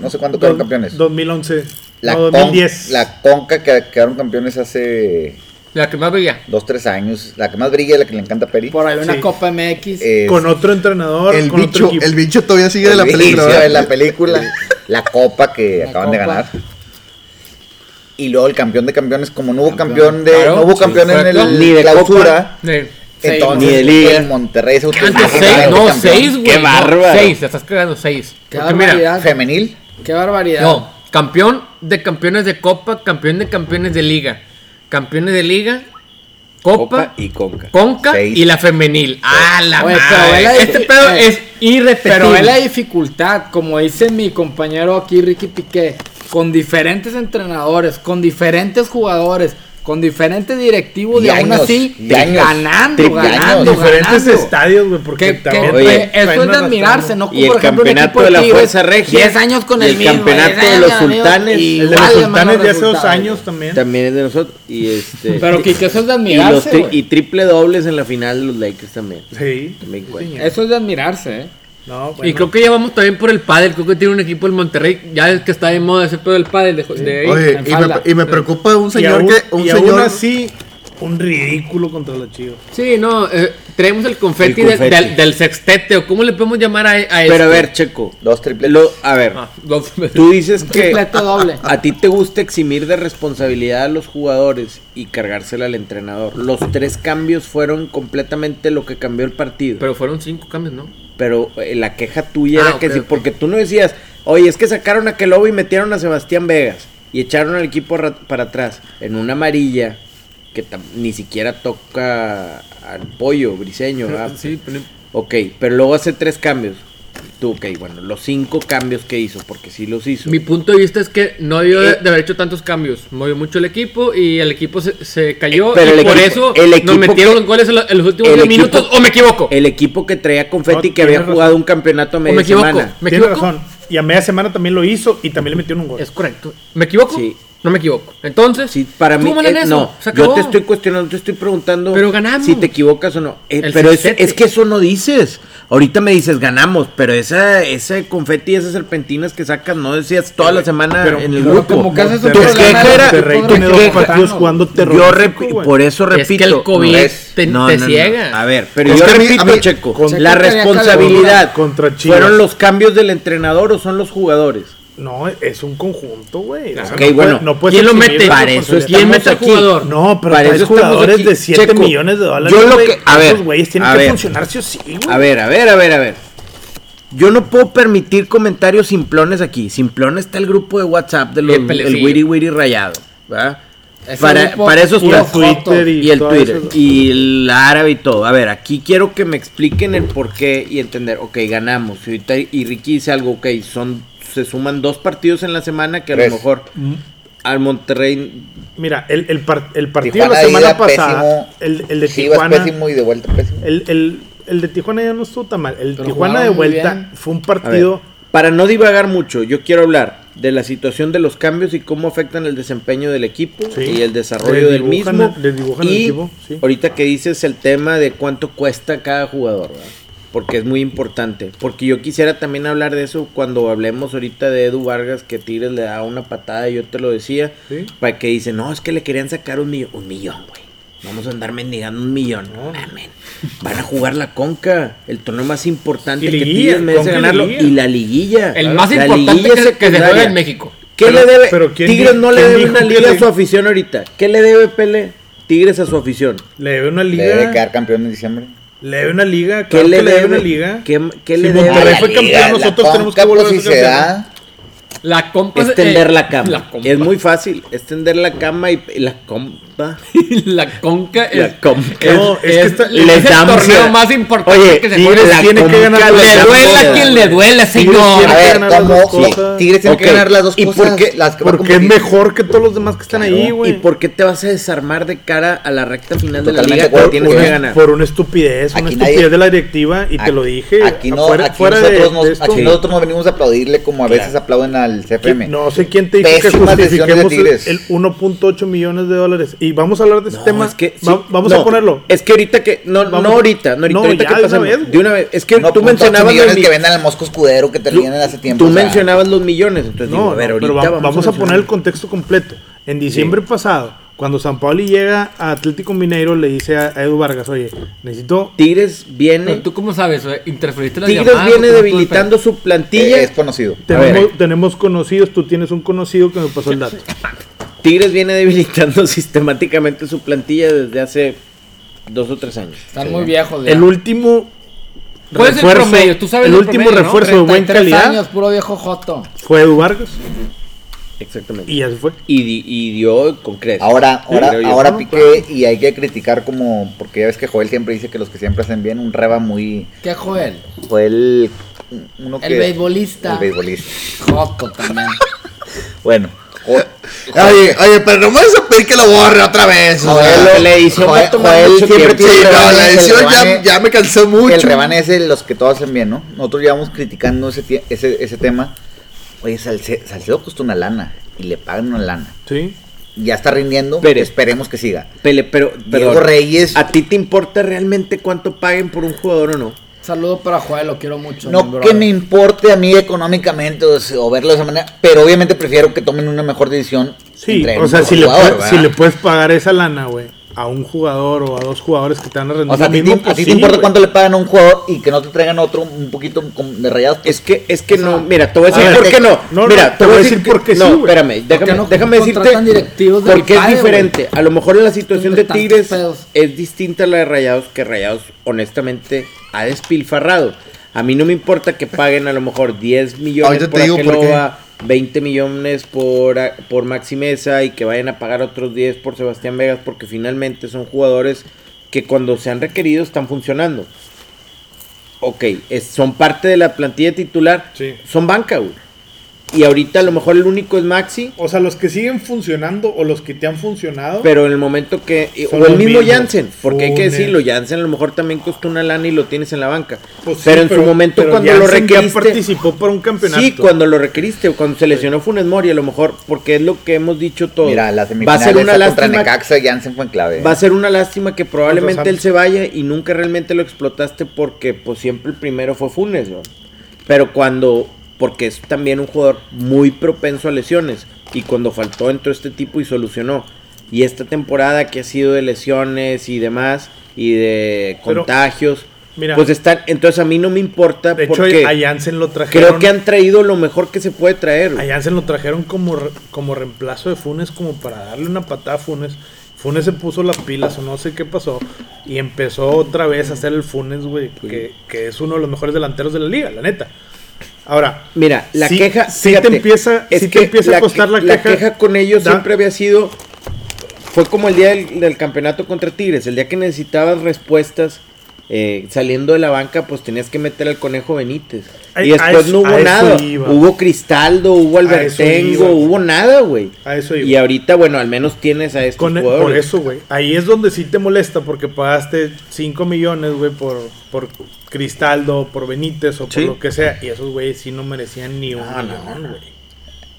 F: no sé cuánto quedaron campeones.
B: 2011.
F: La,
B: No,
F: con-
B: 2010.
F: la conca que quedaron campeones hace
E: La que más veía.
F: dos, tres años. La que más brilla, la que le encanta a Peri.
A: Por ahí una
B: Sí.
A: Copa MX.
F: es-
B: Con otro entrenador,
C: El
B: con otro
C: bicho,
B: equipo.
C: el bicho todavía sigue de la
F: Sí,
C: película.
F: sí,
C: ¿verdad?
F: de la película. La copa que
A: La
F: acaban de
A: copa.
F: ganar. Y luego el campeón de campeones, como no hubo campeón de.
E: Claro.
F: no hubo
E: Sí,
F: campeón en
E: correcto.
F: el
D: Ni de
F: clausura.
E: Eh,
A: Seis.
F: Entonces,
D: Ni de liga.
F: el Monterrey se
E: que antes seis,
F: autoproclamó
E: no,
F: campeón
E: seis, güey.
D: Qué
E: no,
D: bárbaro.
E: Seis, te estás cagando seis.
A: Qué
E: Porque mira,
A: barbaridad.
F: Femenil.
A: Qué barbaridad.
E: no, campeón de campeones de Copa, campeón de campeones de Liga, campeones de Liga, Copa,
D: Copa y Conca.
E: Conca
F: Seis.
E: y la femenil. ¡Ah, la
A: Oye, pero
E: madre!
A: vela-
E: Este pedo
A: eh,
E: es irrepetible.
A: Pero es la dificultad, como dice mi compañero aquí, Ricky Piqué, con diferentes entrenadores, con diferentes jugadores, con diferentes directivos,
F: Y
A: y, aún
F: años,
A: así,
F: y años,
A: ganando,
F: tri-
A: ganando,
F: años.
B: Diferentes
A: ganando.
B: estadios, güey, porque
A: Que- que-
B: también
A: que
B: traen-
A: eso es
B: traen
A: de admirarse, ¿no? Como
D: Y el
A: por ejemplo, un
D: campeosto
A: equipo
D: de la
A: Tigres,
D: Fuerza Regia.
A: 10 años con
D: y
A: el,
D: el
A: mismo,
D: campeonato
A: 10
D: de los
A: años, amigos,
D: sultanes.
A: y
B: El de los
A: igual,
B: sultanes
A: malos
B: de hace dos
A: resultados.
B: años también.
D: También es de nosotros. Y este.
A: Pero que, que eso es de
D: y, los
A: admirarse.
D: tri-
A: güey.
D: y triple dobles en la final de los Lakers también.
B: Sí.
D: También
B: sí,
D: cuenta.
B: señor.
A: Eso es de admirarse, ¿eh?
B: No, bueno.
E: Y creo que ya vamos también por el pádel, creo que tiene un equipo el Monterrey, ya es que está de moda ese pedo del pádel de, de ahí.
C: Oye,
A: en
C: y
A: falda.
C: me, y me preocupa un
B: Y
C: señor
B: aún-
C: que. Un
B: y aún
C: señor.
B: así, un ridículo contra los chivos.
E: Sí, no, eh, traemos el confeti,
D: El
E: del-
D: confeti.
E: Del, del sextete, o cómo le podemos llamar a, a
D: Pero a
E: esto?
D: ver, Checo.
F: Dos triples.
D: lo- a ver,
E: Ah, *laughs* dos-
D: tú dices que
A: Triplete doble.
B: *laughs*
D: a ti te gusta eximir de responsabilidad a los jugadores y cargársela al entrenador. Los tres cambios fueron completamente lo que cambió el partido.
E: Pero fueron cinco cambios, ¿no?
D: Pero eh, la queja tuya
E: Ah,
D: era que
E: ok,
D: sí,
E: ok.
D: porque tú no decías, oye, es que sacaron a Kelobo y metieron a Sebastián Vegas y echaron al equipo ra- para atrás en una amarilla que tam- ni siquiera toca al pollo briseño, ¿verdad?
E: Sí, pero-
D: Ok, pero luego hace tres cambios. Tú, ok, bueno, los cinco cambios que hizo, porque sí Eh. los hizo.
E: Mi punto de vista es que no debió de, de haber hecho tantos cambios. Movió mucho el equipo y el equipo se, se cayó.
D: Eh, pero
E: y
D: el
E: por
D: equipo-
E: eso
D: el equipo
E: nos metieron
D: que-
E: los goles en, lo- en los últimos
D: el
E: 10
D: equipo-
E: minutos. ¿O me equivoco?
D: El equipo que traía confetti
B: No,
D: que había
B: tienes
D: jugado un campeonato a
E: ¿O me
D: media
E: equivoco?
D: semana.
E: ¿Me
B: Tiene
E: equivoco?
B: razón. Y a media semana también lo hizo y también le metieron un gol.
E: Es correcto. ¿Me equivoco?
D: Sí.
E: No me equivoco. Entonces,
D: Sí, para mí,
E: estuvo mal en
D: eh,
E: eso.
D: no.
E: Se acabó.
D: Yo te estoy cuestionando, te estoy preguntando
E: Pero ganamos.
D: si te equivocas o no. Eh,
E: El
D: pero eso-
E: sextete.
D: es que eso no dices. Ahorita me dices ganamos, pero esa, ese confeti, esas serpentinas que sacas, no decías toda la semana
B: pero-
D: en el
B: pero
D: grupo.
A: como que haces un
D: Tu
B: Monterrey-
A: problema
D: queja
A: de
D: era-
B: Monterrey
A: tu
B: tiene dos
A: queja-
B: partidos jugando
D: yo
B: terrorífico,
D: repi-
B: güey.
D: por eso
E: Es que
D: repito.
E: el COVID te- te ciega.
D: A ver, pero
C: Es
D: yo
C: que a mí-
D: repito,
C: a mí-
D: Checo,
A: Checo
D: la
A: tenía
D: responsabilidad
B: contra- contra Chivas.
D: fueron los cambios del entrenador o son los jugadores.
B: No, es un conjunto, güey. O sea,
D: Ok,
B: puede-
D: bueno.
B: puedes
E: ¿Quién lo
B: eximir
E: mete?
B: la
D: Para eso
C: pues,
B: responsabilidad.
E: ¿Quién mete al
D: aquí.
E: jugador?
B: No, pero
D: Para
B: para
D: eso estamos
B: jugadores
D: aquí.
B: de 7
D: Checo,
B: millones de dólares.
D: yo lo
B: güey,
D: que- a ver,
B: esos güeyes tienen
D: a
B: que
D: ver.
B: funcionar sí o sí, güey.
D: A ver, a ver, a ver, a ver. Yo no puedo permitir comentarios simplones aquí. Simplón está el grupo de WhatsApp de los,
E: Bien pelecillo.
D: el Wiri Wiri rayado. ¿verdad?
A: Ese
D: Para,
A: grupo
D: para esos
A: puro
D: tres.
A: Twitter
B: y
D: y el
B: todo
D: Twitter.
B: eso.
D: Y el árabe y todo. A ver, aquí quiero que me expliquen el por qué y entender. Ok, ganamos. Y, ahorita- y Ricky dice algo. Ok, son, se suman dos partidos en la semana que a
F: Tres.
D: lo mejor
A: Mm.
D: al Monterrey.
B: Mira, el, el, par- el partido
F: Tijuana
B: la
F: de
B: semana
F: ida
B: pasada,
F: pésimo,
B: el, el de
F: Chivas
B: Tijuana,
F: pésimo y de vuelta pésimo.
B: el, el, el de Tijuana ya no estuvo tan mal. El
A: Pero
B: Tijuana de
A: jugaron muy
B: vuelta
A: bien.
B: fue un
D: a ver,
B: partido
D: para no divagar mucho, yo quiero hablar de la situación de los cambios y cómo afectan el desempeño del equipo
B: Sí.
D: y el desarrollo del
B: Desdibujan-
D: mismo.
B: desdibujan el
D: y
B: equipo, sí.
D: ahorita que dices el tema de cuánto cuesta cada jugador, ¿verdad? porque es muy importante. Porque yo quisiera también hablar de eso cuando hablemos ahorita de Edu Vargas, que Tigres le da una patada, yo te lo decía,
B: Sí.
D: para que dice, no, es que le querían sacar un millón, un millón, güey. Vamos a andar mendigando un millón. No, mamen. Van a jugar la Conca, el torneo más importante
B: Y
D: que
B: liguilla,
D: Tigres merece
B: Conca y
D: ganarlo.
B: liguilla.
D: Y la liguilla.
E: El más
D: La
E: importante
D: liguilla
E: que, se- que se
D: secundaria.
E: juega en México.
D: ¿Qué
B: Pero-
D: le debe?
B: pero ¿quién
D: Tigres no
B: di-
D: le
B: quién
D: debe
B: dijo
D: una
B: que
D: liga a
B: le-
D: su afición ahorita. ¿Qué le debe Pele Tigres a su afición?
B: Le debe una
F: Le debe quedar
B: liga.
F: campeón en diciembre.
B: Le debe una liga.
D: ¿Qué
B: Claro
D: le
B: que le
D: debe
B: debe una liga.
D: ¿Qué, qué
B: Sí,
D: le
B: Monterrey
D: debe?
B: fue campeón, nosotros tenemos que volver a
F: pues, si
B: ser
F: se
B: campeones.
F: da,
E: La compa.
D: Es tender
E: eh,
D: la cama.
E: compa.
D: es muy fácil. Es tender la cama y, y la compa.
E: *laughs* la conca es,
D: La conca.
B: No, es que está-
E: es
D: les
E: el
D: da
E: torneo
D: ansiedad.
E: más importante
D: Oye,
E: que se
D: Tigres
E: juega.
B: tiene que
D: Conca
B: ganar la
D: les
E: Le
D: da
E: duela
D: ansiedad.
E: a quien le duele,
F: a
B: tiene
E: señor.
B: que
F: ver,
B: ganar las dos
F: como
B: cosas.
F: Tigres tiene
D: Ok,
F: que ganar las dos
D: ¿y por
F: cosas.
D: qué-
F: las que va a
B: Porque es
F: competir.
B: mejor que todos los demás que están ahí,
D: ¿Y
B: güey.
D: por qué te vas a desarmar de cara a la recta final de
F: Totalmente
D: la liga?
F: acuerdo.
D: cuando tienes
F: Por
D: que
F: un-
D: ganar.
B: Por una estupidez, una
F: Aquí nadie-
B: estupidez de la directiva, y te
F: Aquí-
B: lo dije.
F: Aquí, no,
B: afuera-
F: aquí
B: fuera de-
F: nosotros, nos-
B: de esto.
F: aquí nosotros nos venimos a aplaudirle como a veces aplauden al, al CPM.
B: No sé quién te dijo que
F: Pésimas decisiones de
B: justifiquemos el,
F: Tigres.
B: el 1.8 millones de dólares. Y vamos a hablar de ese
D: No,
B: tema.
D: es que sí,
B: Va- vamos
D: no, Eh,
B: a ponerlo.
D: Es que ahorita que. No,
B: Vamos
D: no
B: a-
D: ahorita. No, ahorita,
B: No,
D: ahorita
B: ya,
D: que
B: de una
D: pasemos.
B: vez.
D: De una vez. Es que tú
F: 1.8
D: mencionabas. los
F: millones
D: mi-
F: que venden al Mosco Escudero que te
D: tú-
F: lo venden hace tiempo.
D: Tú
F: o sea,
D: mencionabas los millones. Entonces digo,
B: No,
D: a ver,
B: no,
D: ahorita
B: pero va-
D: vamos,
B: vamos, a poner el
D: mencionar.
B: contexto completo. En diciembre pasado, cuando San Pauli llega a Atlético Mineiro, le dice a, a Edu Vargas, oye, necesito...
D: Tigres viene.
E: Pero tú cómo sabes, güey? interferiste la
D: Tigres viene debilitando su
F: eh,
D: plantilla.
F: es conocido.
B: Tenemos, tenemos conocidos, tú tienes un conocido que me pasó el dato.
D: Tigres viene debilitando *laughs* sistemáticamente su plantilla desde hace dos o tres años.
A: Están muy viejos ya.
B: El último
E: ¿Cuál es el promedio? Tú sabes
B: el
E: el
B: último
E: promedio, ¿no?
B: refuerzo de buena
A: 33
B: calidad
A: años, puro viejo joto.
B: fue Edu Vargas
D: Exactamente.
B: y ya se fue.
D: Y, di- y dio con creces.
F: Ahora,
D: Sí,
F: ahora,
D: creo yo.
F: ahora
D: No,
F: piqué y hay que criticar como, porque ya ves que Joel siempre dice que los que siempre hacen bien, un reba muy,
A: ¿Qué Joel?
F: Joel, uno que...
A: El beisbolista.
F: El beisbolista.
A: Joto también.
F: Bueno, Jo-
C: Oye, oye, pero no me vas a pedir que lo borre otra vez. o sea.
F: Joel,
D: la edición va a
F: Joel-
D: tomar
F: Joel
D: mucho
F: siempre
D: tiempo.
F: tiene
C: Sí,
F: el
C: no, la
F: rebane- el
C: edición ya,
F: rebane-
C: ya me cansó mucho.
F: El rebane es el- los que todos hacen bien, ¿no? Nosotros llevamos criticando ese, tie- ese, ese tema. Oye, Salce- Salcedo costó una lana y le pagan una lana.
B: Sí.
F: Ya está rindiendo,
D: Pero-
F: esperemos que siga.
D: Pele, pero,
F: Diego
D: perdón,
F: Reyes-
D: ¿A ti te importa realmente cuánto paguen por un jugador o no?
A: Saludo para Joel, lo quiero mucho. mi
F: No
A: brother.
F: que me importe a mí económicamente o, sea, o verlo de esa manera, pero obviamente prefiero que tomen una mejor decisión.
B: Sí,
F: entre
B: o sea,
F: un
B: si le,
F: jugador,
B: puedes,
F: ¿verdad?
B: si le puedes pagar esa lana, güey, a un jugador o a dos jugadores que te van a rendir
F: O sea, a
B: lo
F: ti,
B: mismo,
F: te- a
B: pues
F: ti
B: sí,
F: te importa
B: güey.
F: cuánto le pagan a un jugador y que no te traigan otro un poquito como de rayados. pues,
D: Es que, es que no, mira, te voy a
B: A
D: decir
B: ver,
D: por
B: te-
D: qué no.
B: no, no,
D: mira,
B: te voy a decir por qué sí,
D: No,
B: güey.
D: espérame,
A: qué
D: déjame,
A: no
D: déjame decirte.
A: contratan directivos de
D: porque es
A: Vipae,
D: diferente. A lo mejor la situación de
A: Tiene tantos
D: Tigres
A: pedos.
D: es distinta a la de Rayados, que Rayados, honestamente, ha despilfarrado. A mí no me importa que paguen a lo mejor 10 millones
C: Ahorita te
D: por
C: digo por qué.
D: Akeloba, 20 millones por, a- por Maxi Mesa y que vayan a pagar otros 10 por Sebastián Vegas, porque finalmente son jugadores que cuando se han requerido están funcionando. Ok, es- son parte de la plantilla titular.
B: Sí.
D: Son banca, güey. Y ahorita a lo mejor el único es Maxi,
B: O sea, los que siguen funcionando o los que te han funcionado.
D: pero en el momento que. eh,
B: Son
D: O el
B: los
D: mismo
B: mismos.
D: Jansen, porque hay que
B: Funes.
D: decirlo, Jansen a lo mejor también costó una lana y lo tienes en la banca.
B: Pues sí,
D: pero en su momento
B: pero
D: cuando
B: Janssen
D: lo
B: ya
D: requeriste.
B: participó para un campeonato.
D: Sí, cuando lo requeriste, o cuando se lesionó Funes Mori, a lo mejor, porque es lo que hemos dicho todos.
F: Mira,
D: va
F: la
D: a
F: semifinal
D: ser una
F: esa contra
D: lástima.
F: Necaxa, Jansen fue en clave.
D: Va a ser una lástima que probablemente
B: Contra
D: él se vaya y nunca realmente lo explotaste porque pues siempre el primero fue Funes, ¿no? Pero cuando, porque es también un jugador muy propenso a lesiones y cuando faltó entró este tipo y solucionó. Y esta temporada que ha sido de lesiones y demás y de
B: Pero,
D: contagios,
B: mira.
D: pues están, entonces a mí no me importa
B: de hecho,
D: porque
B: a Janssen lo trajeron.
D: creo que han traído lo mejor que se puede traer.
B: A
D: güey.
B: Janssen lo trajeron como, re- como reemplazo de Funes, como para darle una patada a Funes. Funes se puso las pilas o no sé qué pasó. Y empezó otra vez a hacer el Funes, güey, que, que es uno de los mejores delanteros de la liga, la neta. Ahora,
D: Mira, la
B: Sí-
D: queja.
B: sí te empieza- sí te empieza a
D: la que-
B: costar la
D: La
B: queja.
D: queja con ellos
B: Da-
D: siempre había sido. Fue como el día del, del campeonato contra Tigres. El día que necesitabas respuestas eh, saliendo de la banca, pues tenías que meter al Conejo Benítez.
B: Ay, a
D: y después
B: eso-
D: no
B: a
D: hubo
B: eso
D: nada.
B: iba.
D: Hubo Cristaldo, hubo
B: iba.
D: Albertengo, hubo nada, güey.
B: a eso iba.
D: Y ahorita, bueno, al menos tienes a estos
B: Con e- por
D: jugadores.
B: eso, güey. Ahí es donde sí te molesta porque pagaste 5 millones, güey, por, por Cristaldo, por Benítez o por
D: Sí.
B: lo que sea. Y esos güeyes sí no merecían ni un
F: No, no,
B: millón, güey.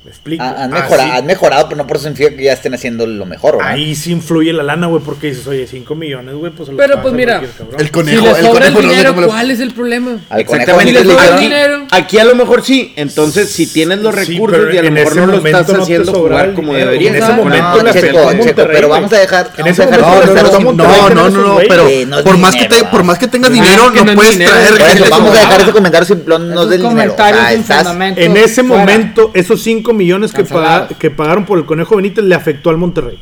B: ¿Me explico?
F: Ha- han,
B: Ah,
F: mejorado,
B: sí. Ah,
F: han mejorado, pero no por eso significa que ya estén haciendo lo mejor, ¿verdad?
B: Ahí sí influye la lana, güey, porque dices, oye, 5 millones, güey, pues se los
E: Pero,
B: pagas
E: pues,
B: a
E: mira,
B: cualquier cabrón.
C: El
E: Si
C: conejo,
E: le
C: el
E: sobra el
C: conejo no sé
E: dinero,
C: cómo lo-
E: ¿cuál es el problema?
F: Al conejo
D: Exactamente.
E: Benítez le sobra
D: Aquí,
E: dinero.
D: aquí a lo mejor sí. Entonces, si tienes los
B: Sí,
D: recursos
B: pero
D: y a lo
B: en
D: mejor
B: ese
D: no lo
B: momento
D: estás
B: no te
D: haciendo
B: sobraba
D: jugar
B: el
D: como
B: dinero.
D: deberías.
B: En ese
E: No,
B: momento le
F: no, Checo,
B: afectó a
F: Checo,
B: Monterrey,
F: pero
B: güey.
F: vamos a dejar-
B: En
F: vamos
B: ese
F: a dejar-
B: momento
F: No,
B: le
F: no,
B: afectó a
F: no,
B: Monterrey
C: No,
B: tener
C: no,
B: esos
C: no, no,
B: güeyes.
C: pero
F: Sí, no es
C: por más que
F: dinero,
C: te,
F: ah.
C: por más que tengas
E: No,
C: dinero,
E: que no
C: no
E: es
C: puedes
E: dinero,
C: traer
E: güey,
C: gente
F: Bueno, vamos
C: como-
F: a dejar
A: ahora.
F: ese comentario simplón, no
A: Esos
F: del dinero. O sea,
A: comentarios sin
F: estás-
A: fundamento,
B: En ese
A: fuera.
B: momento, esos 5 millones que,
A: Cancelados.
B: paga- que pagaron por el Conejo Benítez le afectó al Monterrey.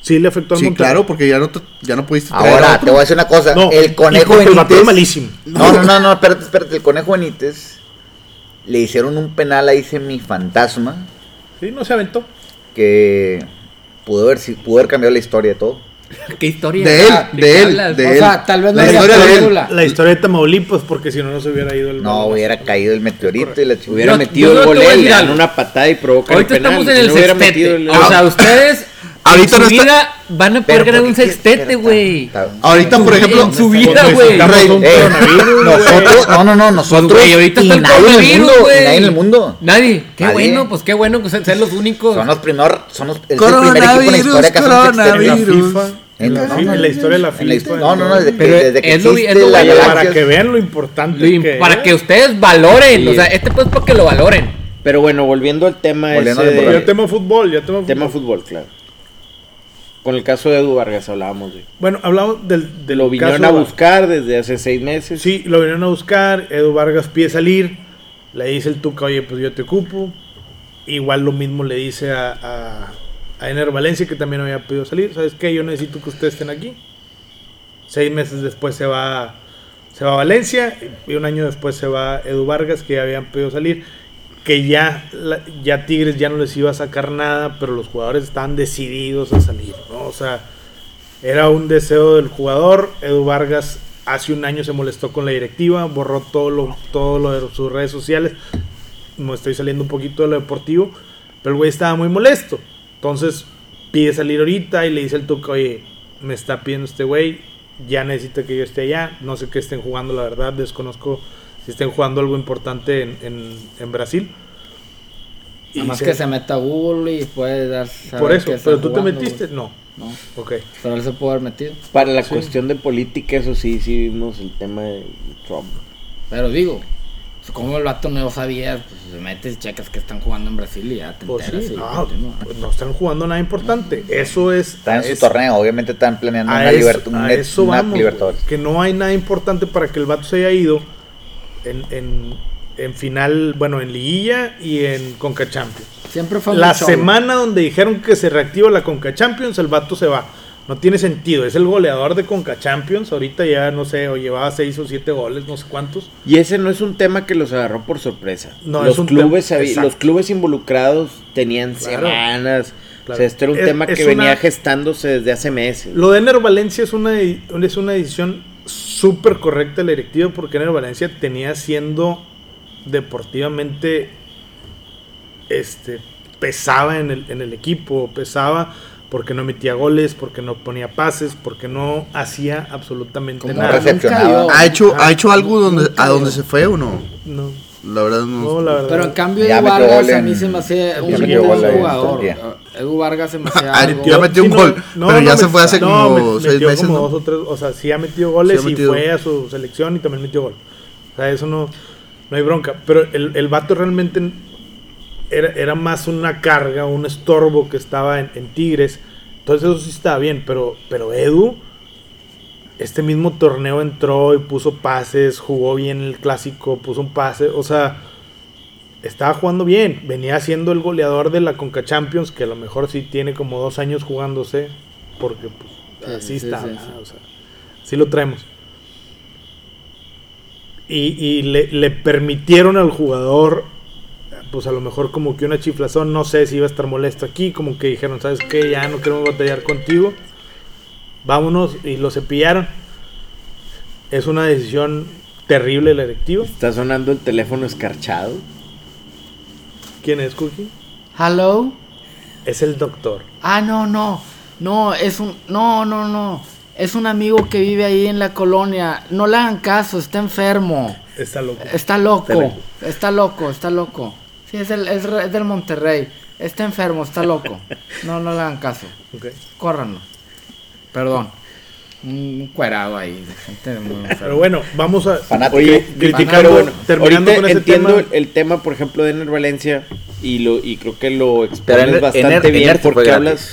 B: Sí, le afectó al
C: Sí,
B: Monterrey.
C: claro, porque ya no, te- ya no pudiste traer a
F: Ahora,
C: otro.
F: te voy a decir una cosa.
B: No,
F: el
B: y
F: conejo
B: porque el
F: Benítez.
B: bateo es malísimo.
F: No, no, no, no, espérate, espérate. El conejo Benítez le hicieron un penal ahí mi fantasma
B: Sí, no se aventó.
F: que pudo haber, si- pudo haber cambiado la historia de todo.
E: ¿Qué historia?
C: De él,
E: Ah,
C: de
E: qué
C: él,
E: hablas?
C: de
E: O
A: O
C: él.
A: sea, tal vez no
C: La
A: era
C: historia de él.
A: película.
B: La historia de Tamaulipas, porque si no, no se hubiera ido el
F: No,
B: balón.
F: hubiera caído el meteorito y la chica.
D: Hubiera
E: No,
D: metido
E: yo
D: el
E: no te
D: gol
E: voy a
D: él,
E: decir
D: le dan
E: algo.
D: una patada y provoca
E: Ahorita
D: el penal.
E: estamos en
D: Si
E: el
D: no hubiera
E: sextete.
D: metido el-
F: *laughs*
E: O sea, ustedes.
C: Ahorita
E: en
C: no
E: su
C: está-
E: vida van a poder ganar
F: ¿por
E: un
F: qué?
E: sextete,
F: Pero
E: güey.
F: ta- ta-
C: Ahorita, por ejemplo,
E: En su vida,
B: Pues
E: güey.
B: necesitamos
F: Rey,
B: un
F: eh,
B: coronavirus, güey.
F: Nosotros, no, no, no, nosotros.
E: Güey, ahorita
F: y
E: está el
F: nadie en el
E: coronavirus,
F: mundo,
E: güey.
F: y Nadie en el mundo.
E: Nadie. Qué
F: Nadie.
E: bueno, pues qué bueno que sean sean los únicos.
F: Son los primeros, son los, es el primer equipo en la
C: coronavirus,
F: historia que hace un
B: En la
F: sextete.
C: coronavirus.
B: FIFA, en la fi- en la historia de la
F: En la
B: FIFA.
F: historia- No, no, no, desde, que-
E: Pero
F: desde que
E: es lo- es
F: existe
E: lo
F: la
E: bueno
F: galaxia.
B: Para que vean lo importante
E: Lo im-
B: que
E: para
B: es.
E: que ustedes valoren.
F: Sí.
E: O sea, este pues para que lo valoren.
D: Pero bueno, volviendo al tema ese
F: Volviendo al
D: de-
F: deporte.
B: Yo temo fútbol, yo temo fútbol.
D: tema fútbol, claro. Con el caso de Edu Vargas hablábamos, güey.
B: Bueno, hablamos del, del
D: Lo vinieron
B: caso
D: a
B: Var-
D: buscar desde hace seis meses.
B: Sí, lo vinieron a buscar. Edu Vargas pide salir. Le dice el Tuca, oye, pues yo te ocupo. Igual lo mismo le dice a, a, a Ener Valencia, que también había pedido salir. ¿Sabes qué? Yo necesito que ustedes estén aquí. Seis meses después se va, se va a Valencia. Y un año después se va Edu Vargas, que ya habían pedido salir. Que ya, la- ya Tigres ya no les iba a sacar nada, pero los jugadores estaban decididos a salir. ¿no? O sea, era un deseo del jugador. Edu Vargas hace un año se molestó con la directiva, borró todo lo, todo lo de sus redes sociales. Me estoy saliendo un poquito de lo deportivo, pero el güey estaba muy molesto. Entonces pide salir ahorita y le dice el Tuca, oye, me está pidiendo este güey, ya necesita que yo esté allá. No sé qué estén jugando, la verdad, desconozco si estén jugando algo importante en, en- en Brasil. *laughs* Y
A: Nada más
B: se-
A: que se meta a Google y puede dar. saber
B: por eso,
A: que está
B: pero tú te
A: jugando,
B: metiste,
A: güey.
B: no,
A: No,
B: ok.
A: pero él se pudo haber metido.
D: Para la cuestión de política, eso sí, sí vimos el tema de Trump.
A: Pero digo, pues, como el vato no sabía, pues te metes y checas que están jugando en Brasil y ya te
B: Pues
A: enteras.
B: sí,
A: y
B: no,
A: continúa.
B: pues no están jugando nada importante. Eso es.
F: Están en su
B: es-
F: torneo, obviamente están planeando
B: A
F: una,
B: eso,
F: libert-
B: a
F: una-
B: eso
F: una
B: vamos.
F: Libertadores.
B: güey, Que no hay nada importante para que el vato se haya ido en, en, en final, bueno, en Liguilla y en Conca Champions.
A: Siempre fue un
B: La
A: show.
B: semana donde dijeron que se reactiva la Conca Champions, el vato se va. No tiene sentido. Es el goleador de Conca Champions. Ahorita ya no sé, o llevaba seis o siete goles, no sé cuántos.
D: Y ese no es un tema que los agarró por sorpresa.
B: No,
D: los
B: es un
D: clubes
B: tema-
D: sabi-
B: exacto.
D: los clubes involucrados tenían
B: Claro.
D: semanas. O
B: Claro.
D: sea, esto era un
B: Es-
D: tema
B: es
D: que
B: una-
D: venía gestándose desde hace meses.
B: Lo de Ener Valencia es una, es una decisión súper correcta de la directiva porque Ener Valencia tenía siendo deportivamente este pesaba en el, en el equipo, pesaba porque no metía goles, porque no ponía pases, porque no hacía absolutamente
A: Como
F: No
B: nada.
A: Rafa-
F: recepcionaba.
A: nunca
C: ¿Ha hecho,
B: Ajá.
C: ha hecho algo donde,
A: Nunca
C: a donde
A: dio.
C: se fue o no?
B: No,
C: La verdad
B: no,
C: no.
B: la verdad.
A: Pero en cambio,
F: Ya
A: Edu
F: metió
A: Vargas
F: gol
A: a mí
F: en-
A: se me hacía un
B: metió
A: gran
B: gol en
A: jugador. Eh,
F: Turquía.
A: Edu Vargas
B: *laughs*
A: se me hacía.
C: Ah,
A: algo-
C: ya metió un
B: Sí,
C: gol, pero ya se
B: met-
C: fue hace como
B: met-
C: seis
B: metió
C: meses,
B: como
C: ¿no?
B: dos o tres, o sea, sí ha metido goles
C: Sí ha
B: y
C: metido.
B: fue a su selección y también metió gol. O sea, eso no, no hay bronca. Pero el, el vato realmente era, era más una carga, un estorbo que estaba en, en Tigres. Entonces eso sí estaba bien, pero, pero Edu, este mismo torneo entró y puso pases, jugó bien el clásico, puso un pase, o sea, estaba jugando bien, venía siendo el goleador de la Conca Champions, que a lo mejor sí tiene como dos años jugándose, porque pues,
A: Sí,
B: así
A: sí,
B: está,
A: sí,
B: ¿verdad?
A: sí.
B: o sea, sí lo traemos. Y, y le, le permitieron al jugador, pues a lo mejor como que una chiflazón, no sé si iba a estar molesto aquí, como que dijeron, ¿sabes qué? Ya no queremos batallar contigo vámonos y lo cepillaron. Es una decisión terrible la directiva.
D: Está sonando el teléfono escarchado.
B: ¿Quién es Cookie?
A: Hello.
B: Es el doctor.
A: Ah, no, no. No, es un. No, no, no. Es un amigo que vive ahí en la colonia. No le hagan caso, está enfermo.
B: Está loco.
A: Está loco. Está loco, está loco. Sí, es, el, es, re- es del Monterrey. Está enfermo, está loco. No, no le hagan caso.
B: Ok.
A: Córranlo. Perdón. Un cuerado ahí. de Gente muy
B: Pero
A: enferma.
B: bueno, vamos a
F: Fanático.
D: Oye,
B: criticando,
D: criticando, bueno,
B: terminando
D: ahorita
B: con ese
D: entiendo
B: tema.
D: el tema, por ejemplo, de Ener Valencia y lo y creo que lo
F: Pero
D: expones
F: Ener-
D: bastante
F: Ener-
D: bien
F: Ener se fue
D: porque
F: gratis.
D: hablas.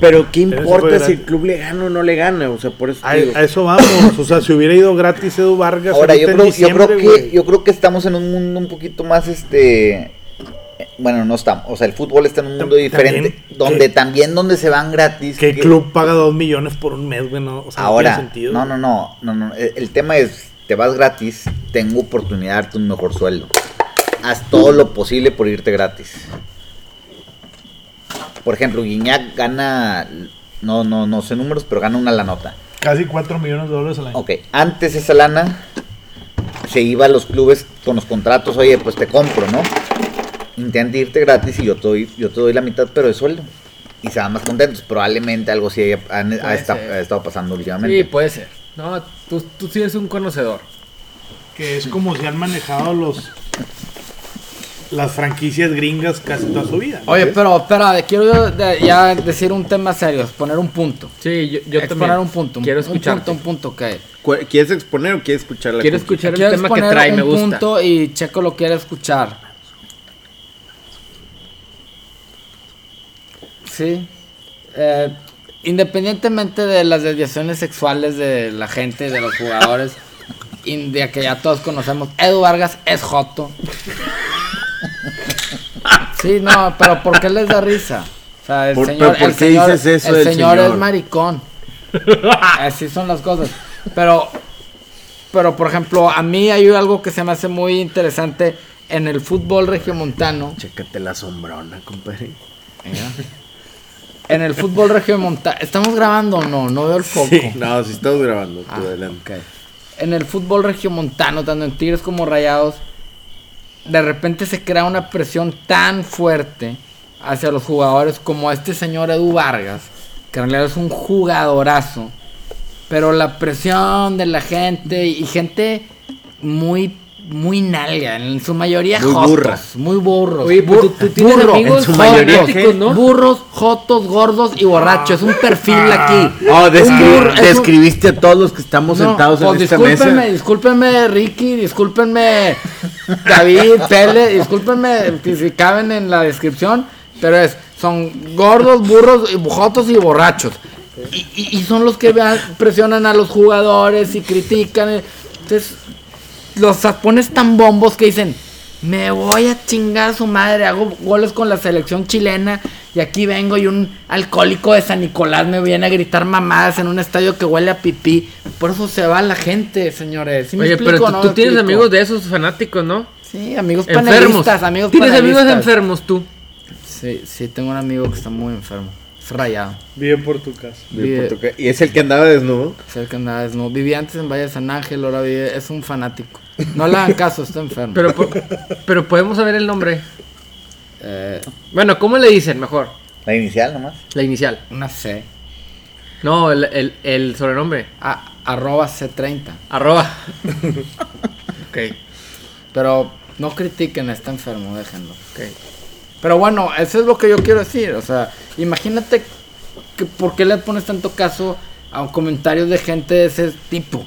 D: Pero qué
B: se fue
D: importa si
B: gratis.
D: el club le gana o no le gana, o sea, por eso.
B: A,
D: te digo.
B: a eso vamos. O sea, si hubiera ido gratis Edu Vargas.
F: Ahora yo
B: ahorita en
F: creo, yo creo
B: diciembre,
F: que
B: güey.
F: yo creo que estamos en un mundo un poquito más este bueno, no estamos, o sea, el fútbol está en un mundo
B: Tam-
F: diferente
B: también,
F: donde
B: que-
F: también donde se van gratis.
B: Que el
F: que-
B: club paga dos millones por un mes, güey. No, o sea, no
F: Ahora,
B: tiene sentido.
F: no, no, no, no, no, e, el el tema es te vas gratis, tengo oportunidad de darte un mejor sueldo. Haz todo lo posible por irte gratis. Por ejemplo, Guiñac gana no no no sé números, pero gana una la nota.
B: Casi cuatro millones de dólares al año.
F: Ok, antes esa lana se iba a los clubes con los contratos, oye, pues te compro, ¿no? Intenta irte gratis y yo te doy, yo te doy la mitad, pero de sueldo. y sean más contentos. Probablemente algo sí haya, han- ha,
E: Puede
F: esta-
E: ser.
F: ha estado pasando
E: Sí,
F: últimamente.
E: puede ser. No, tú, tú sí eres un conocedor.
B: Que es como se han manejado los las franquicias gringas casi toda su vida. ¿no?
A: Oye, pero espera, de- quiero de- ya decir un tema serio, poner un punto.
E: Sí, yo, yo también.
A: poner un punto. un-
E: Quiero
A: un
E: escucharte.
A: punto, un punto que.
D: ¿Cu- ¿Quieres exponer o quieres escuchar la
E: Quiero
D: conclusión?
E: escuchar el
A: Quiero
E: tema que
A: exponer
E: trae,
A: un
E: me gusta.
A: punto y Checo lo quiere escuchar. Sí. Eh, independientemente de las desviaciones sexuales de la gente, de los jugadores, in- de que ya todos conocemos, Edu Vargas es Joto. Sí, no, pero ¿por qué les da risa? O sea, el
D: Por-
A: señor,
D: pero ¿por
A: el
D: qué
A: señor-
D: dices eso
A: el
D: del
A: señor es
D: señor?
A: maricón. *laughs* Así son las cosas. Pero pero, por ejemplo, a mí hay algo que se me hace muy interesante en el fútbol regiomontano.
D: Chécate la sombrona, compadre.
A: En el fútbol regiomontano. ¿Estamos grabando o no? No veo el foco.
D: Sí, *laughs* no, si estamos grabando, tú
A: Ah,
D: adelante.
A: En el fútbol regiomontano, tanto en Tigres como Rayados, de repente se crea una presión tan fuerte hacia los jugadores como este señor Edu Vargas, que en realidad es un jugadorazo. Pero la presión de la gente y gente muy muy nalga, en su mayoría
D: Muy
A: jotos,
D: burra.
A: muy burros.
E: Oye, pues, tú- tú tienes amigos
A: en su
E: jotos,
A: mayoría,
E: ¿qué? ¿no?
A: burros, jotos, gordos y borrachos. Es un perfil aquí.
D: No,
A: descri- burro, Ah. es un-
D: describiste a todos los que estamos
A: No,
D: sentados en
A: pues
F: este
D: esta
A: discúlpenme,
D: mesa.
A: discúlpenme Ricky, discúlpenme David,
D: *laughs*
A: Pele, discúlpenme que si caben en la descripción, pero es, son gordos, burros, y jotos y borrachos. Y, y- y son los que vean- presionan a los jugadores y critican. eh. Entonces, los pones tan bombos que dicen, me voy a chingar a su madre, hago goles con la selección chilena y aquí vengo y un alcohólico de San Nicolás me viene a gritar mamadas en un estadio que huele a pipí. Por eso se va la gente, señores. ¿Sí me
E: Oye,
A: explico o
E: pero tú,
A: no
E: tú
A: me
E: tienes
A: explico?
E: amigos de esos fanáticos, ¿no?
A: Sí, amigos
E: Enfermos.
A: panelistas, amigos
E: tienes amigos
A: panelistas.
E: enfermos tú.
A: Sí, sí, tengo un amigo que está muy enfermo. Es rayado.
B: Vive por tu casa.
A: Vive-
D: Y es el que andaba desnudo.
A: cerca de nada, es no. Vivía antes en Valle de San Ángel, ahora vive. Es un fanático. No le hagan caso, está enfermo.
E: *laughs* Pero,
A: *laughs*
E: po- pero podemos saber el nombre.
A: Eh,
E: Bueno, ¿cómo le dicen mejor?
F: La inicial nomás.
E: La inicial.
A: una C.
E: No, el, el, el sobrenombre.
A: A- arroba C30. *laughs*
E: Arroba. ok,
A: Pero no critiquen, está enfermo, déjenlo.
E: ok.
A: Pero bueno, eso es lo que yo quiero decir. O sea, imagínate que por qué le pones tanto caso a comentarios de gente de ese tipo.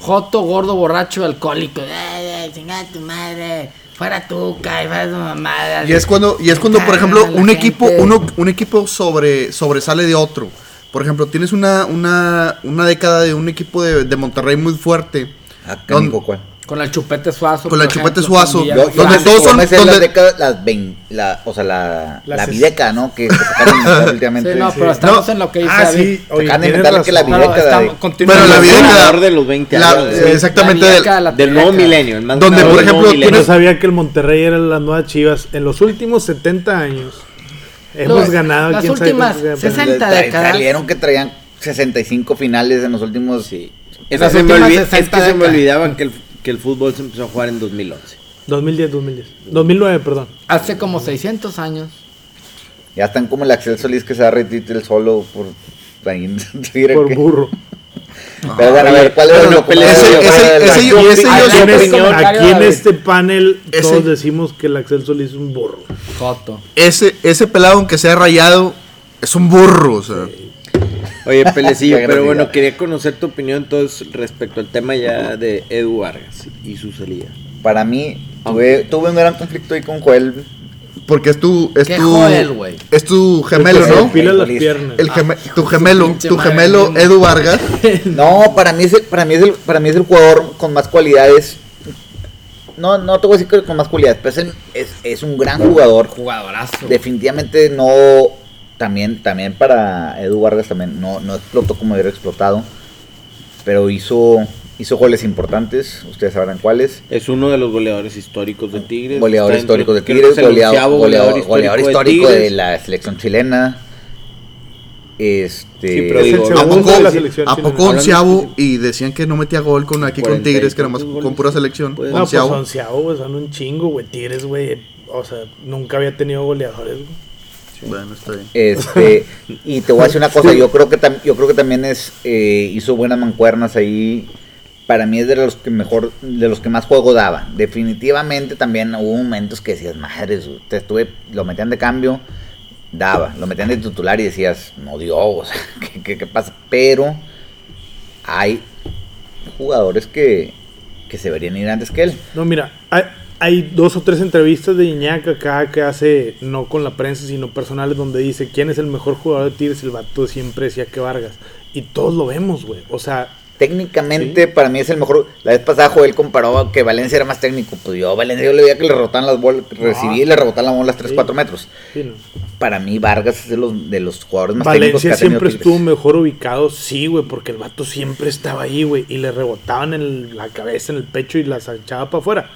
A: Joto, gordo, borracho, alcohólico. Ay, ay, chingada tu madre. Fuera tú, cae, fuera tu mamada.
C: Y es cuando, y es cuando por
A: Cagan
C: ejemplo,
A: a la
C: un equipo,
A: gente.
C: uno, un equipo sobre, sobresale de otro. Por ejemplo, tienes una, una, una década de un equipo de, de Monterrey muy fuerte.
F: Acá,
C: Don-
F: Nico, ¿cuál?
A: Con el chupete suazo.
C: Con la
A: por
C: chupete
A: ejemplo, con
C: suazo.
A: Villa-
F: Yo, yo
C: donde
F: me-
C: todos
F: yo
C: son-
F: me sé
C: donde-
F: las décadas, las vein- la, o sea, la,
B: Las
F: la
B: es-
F: videca, ¿no? Que
A: *laughs*
F: se sacaron últimamente.
A: Sí, no, pero estamos en lo que dice
B: Ah,
A: David.
B: sí. Oye,
F: Acaban
B: tienes
F: de inventar que la
B: razón.
A: Pero
F: videca
A: estamos-
F: de-
A: continuamos.
C: Pero la
A: Sí,
C: vida-
D: ganador de los 20
C: la-
D: años.
C: eh, exactamente,
A: la
C: del-
A: vieja, la
D: del nuevo
A: vieja.
D: milenio. el más
C: Donde,
D: ganador
C: por
D: del nuevo
C: ejemplo,
B: Yo
D: milenio.
B: no
C: tienes-
B: sabía que el Monterrey era las nuevas chivas. En los últimos 70 años hemos
A: Los-
B: ganado.
A: las
B: quién sabe
A: últimas sesenta-
B: cuántos campeonatos.
A: 60
F: tra-
A: décadas.
F: Salieron que traían 65 finales en los últimos. Sí.
D: Es que
A: Las
D: se me
A: últimas
D: olvi- es
A: 60
D: que se me
A: décadas.
D: olvidaban que el, que el fútbol se empezó a jugar en 2011.
B: 2010, 2010. 2009, perdón.
A: Hace como 600 años.
F: Ya están como el Axel Solís que se da retweet el solo por. ahí en *laughs* Twitter,
B: Por
F: que-
B: burro.
F: Pero bueno, a ver, ¿cuál es
D: Pero
F: el
D: no
F: documento
D: pelees.
F: de-
D: Ese-
F: fuera
C: ese-
F: de la-
C: ese yo- ese yo-
B: Aquí en,
A: ese
B: este,
A: comentario,
B: aquí en
A: David.
B: este panel
C: Ese-
B: todos decimos que el Axel Solís es un burro.
A: Joto.
C: Ese, ese pelado, aunque sea rayado, es un burro. o sea.
A: *laughs*
D: Oye, Pelecillo,
F: Qué
D: pero bueno,
F: gratuidad.
D: quería conocer tu opinión entonces respecto al tema ya de Edu Vargas y su salida.
F: Para mí, tuve, tuve un gran conflicto ahí con Joel.
C: Porque es tu. Es
A: Qué
C: tu,
A: joel, güey. Ah,
C: es tu gemelo,
B: Se
C: ¿no?
B: depila las
F: Futbolista.
B: piernas.
C: El geme- tu gemelo,
A: pinche
C: tu
A: madre,
C: gemelo
A: güey.
C: Edu Vargas.
F: No, para mí, es el, para, mí es el, para mí es el jugador con más cualidades. No, no te voy a decir que con más cualidades, pero es, el- es, es un gran jugador.
A: Jugadorazo.
F: Definitivamente no. También, también para Edu Vargas también no, no explotó como hubiera explotado. Pero hizo, hizo goles importantes. Ustedes sabrán cuáles.
D: Es uno de los goleadores históricos de Tigres.
F: Goleador
D: Está dentro-
F: histórico de
D: creo que
F: Tigres,
D: es el
F: goleador,
D: onceavo
F: goleador, goleador histórico de,
D: Tigres.
F: la selección chilena. Este.
D: Sí, pero
B: Es el
D: digo,
C: ¿A
B: Segundo
C: poco,
B: de la selección
C: ¿a
B: chilena.
C: poco onceavo? Y decían que no metía gol con aquí con Tigres, que era más con pura selección.
D: Pues,
B: No, pues
C: Onceavo.
B: onceavo, güey, son un chingo, güey. Tigres, güey. O sea, nunca había tenido goleadores, güey.
C: Bueno, está bien.
F: Este, y te voy a decir una cosa, yo creo que tam- yo creo que también es eh, hizo buenas mancuernas ahí. Para mí es de los que mejor, de los que más juego daba. Definitivamente también hubo momentos que decías, madres, te estuve, lo metían de cambio, daba, lo metían de titular y decías, no dio, o sea, *laughs* ¿qué, qué- qué pasa? Pero hay jugadores que, que se verían ir antes que él.
B: No, mira, hay, hay dos o tres entrevistas de Iñak acá que hace, no con la prensa, sino personales, donde dice quién es el mejor jugador de Tigres. El vato siempre decía que Vargas. Y todos lo vemos, güey. O sea,
F: Técnicamente para mí es el mejor. La vez pasada Joel comparó que Valencia era más técnico. Pues yo, Valencia, yo le veía que le rebotaban las bolas, recibía y le rebotaban las bolas 3,
B: Sí.
F: 4 metros.
B: sí, ¿no?
F: Para mí Vargas es de los, de los jugadores más técnicos que
B: Valencia
F: ha tenido
B: siempre
F: Tigres.
B: estuvo mejor ubicado, sí, güey, porque el vato siempre estaba ahí, güey. Y le rebotaban en la cabeza, en el pecho y la echaba para afuera.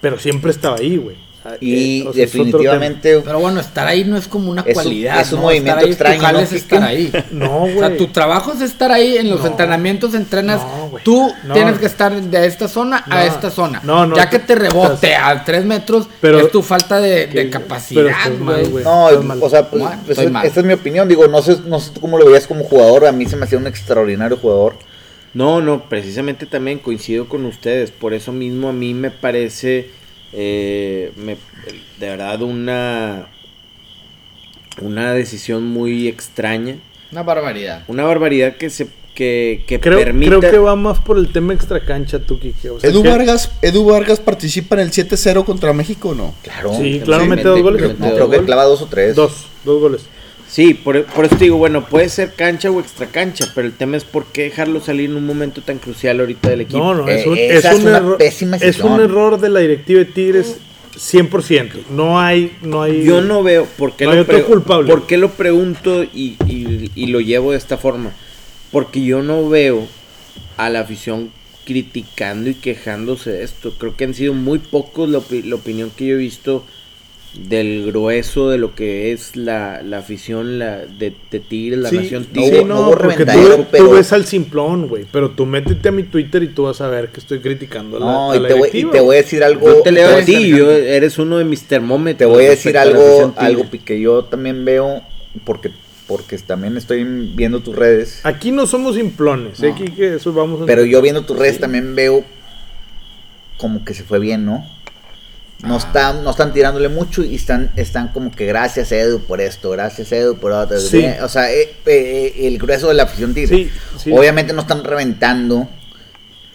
B: Pero siempre estaba ahí, güey.
F: Y
B: Eh, o sea, es otro tema.
F: definitivamente
A: Pero bueno, estar ahí no es como una
F: Es un-
A: cualidad.
F: es un
A: ¿no?
F: movimiento
A: estar ahí,
F: extraño,
A: Tu jale
F: ¿no,
A: es
F: Kike?
A: estar ahí.
B: No,
A: O sea,
B: güey.
A: tu trabajo es estar ahí. En los
B: No.
A: entrenamientos entrenas.
B: No, güey.
A: tú
B: No.
A: tienes que estar de esta zona
B: No.
A: a esta zona.
B: No, no,
A: ya que te
B: estás-
A: rebote a tres metros,
B: Pero-
A: es tu falta de, de
B: que-
A: capacidad,
B: pero estás mal,
A: güey.
B: güey.
F: No,
B: Estás mal.
F: o sea, pues,
A: Mal,
F: pues,
A: estoy mal.
F: esta es mi opinión. Digo, no sé, no sé tú cómo lo veías como jugador. A mí se me hacía un extraordinario jugador.
D: No, no, precisamente también coincido con ustedes. Por eso mismo a mí me parece eh, me- de verdad una, una decisión muy extraña.
A: Una barbaridad.
D: Una barbaridad que se que, que
B: creo,
D: permita...
B: creo que va más por el tema extracancha, tú, Kike. O sea,
C: Edu
B: que-
C: Vargas, Edu Vargas participa en el 7-0 contra México, ¿o ¿no?
F: Claro.
B: Sí, claro, mete dos goles.
F: No, creo que clava dos o tres.
B: Dos, dos goles.
D: Sí, por, por eso te digo, bueno, puede ser cancha o extra cancha, pero el tema es por qué dejarlo salir en un momento tan crucial ahorita del equipo.
B: No, no, es un,
F: Eh,
B: es
F: esa es
B: un
F: una
B: error,
F: pésima
B: es un
F: decisión.
B: error de la directiva de Tigres 100%. No hay, no hay.
D: Yo no veo por qué,
B: No
D: lo,
B: hay otro
D: pregu-
B: culpable.
D: por qué lo pregunto y, y- y lo llevo de esta forma. Porque yo no veo a la afición criticando y quejándose de esto. Creo que han sido muy pocos la, opi- la opinión que yo he visto del grueso de lo que es la, la afición la, de, de Tigres, la
B: Sí,
D: nación
B: sí,
D: Tigres.
B: no,
F: no hubo
B: porque tú,
F: reventadero,
B: tú
F: pero-
B: ves al simplón, güey. Pero tú métete a mi Twitter y tú vas a ver que estoy criticando a la,
F: No,
B: a
F: y
B: la
F: te, voy, y
B: directiva.
F: te voy a decir algo.
D: Yo te leo
F: voy a
D: a
F: decir-
D: ti, yo- eres uno de mis termómetros.
F: Te voy a decir
D: respecto la
F: algo,
D: afición tigre.
F: algo que yo también veo, porque, porque también estoy viendo tus redes.
B: Aquí no somos simplones. ¿eh, Quique? eso vamos a-
F: Pero yo viendo tus redes también veo como que se fue bien, ¿no?
B: Ah.
F: No, están, no están tirándole mucho y están, están como que gracias Edu por esto, gracias Edu por otro.
B: Sí.
F: O sea, eh, eh, el grueso de la afición tigre.
B: Sí, sí.
F: Obviamente no están reventando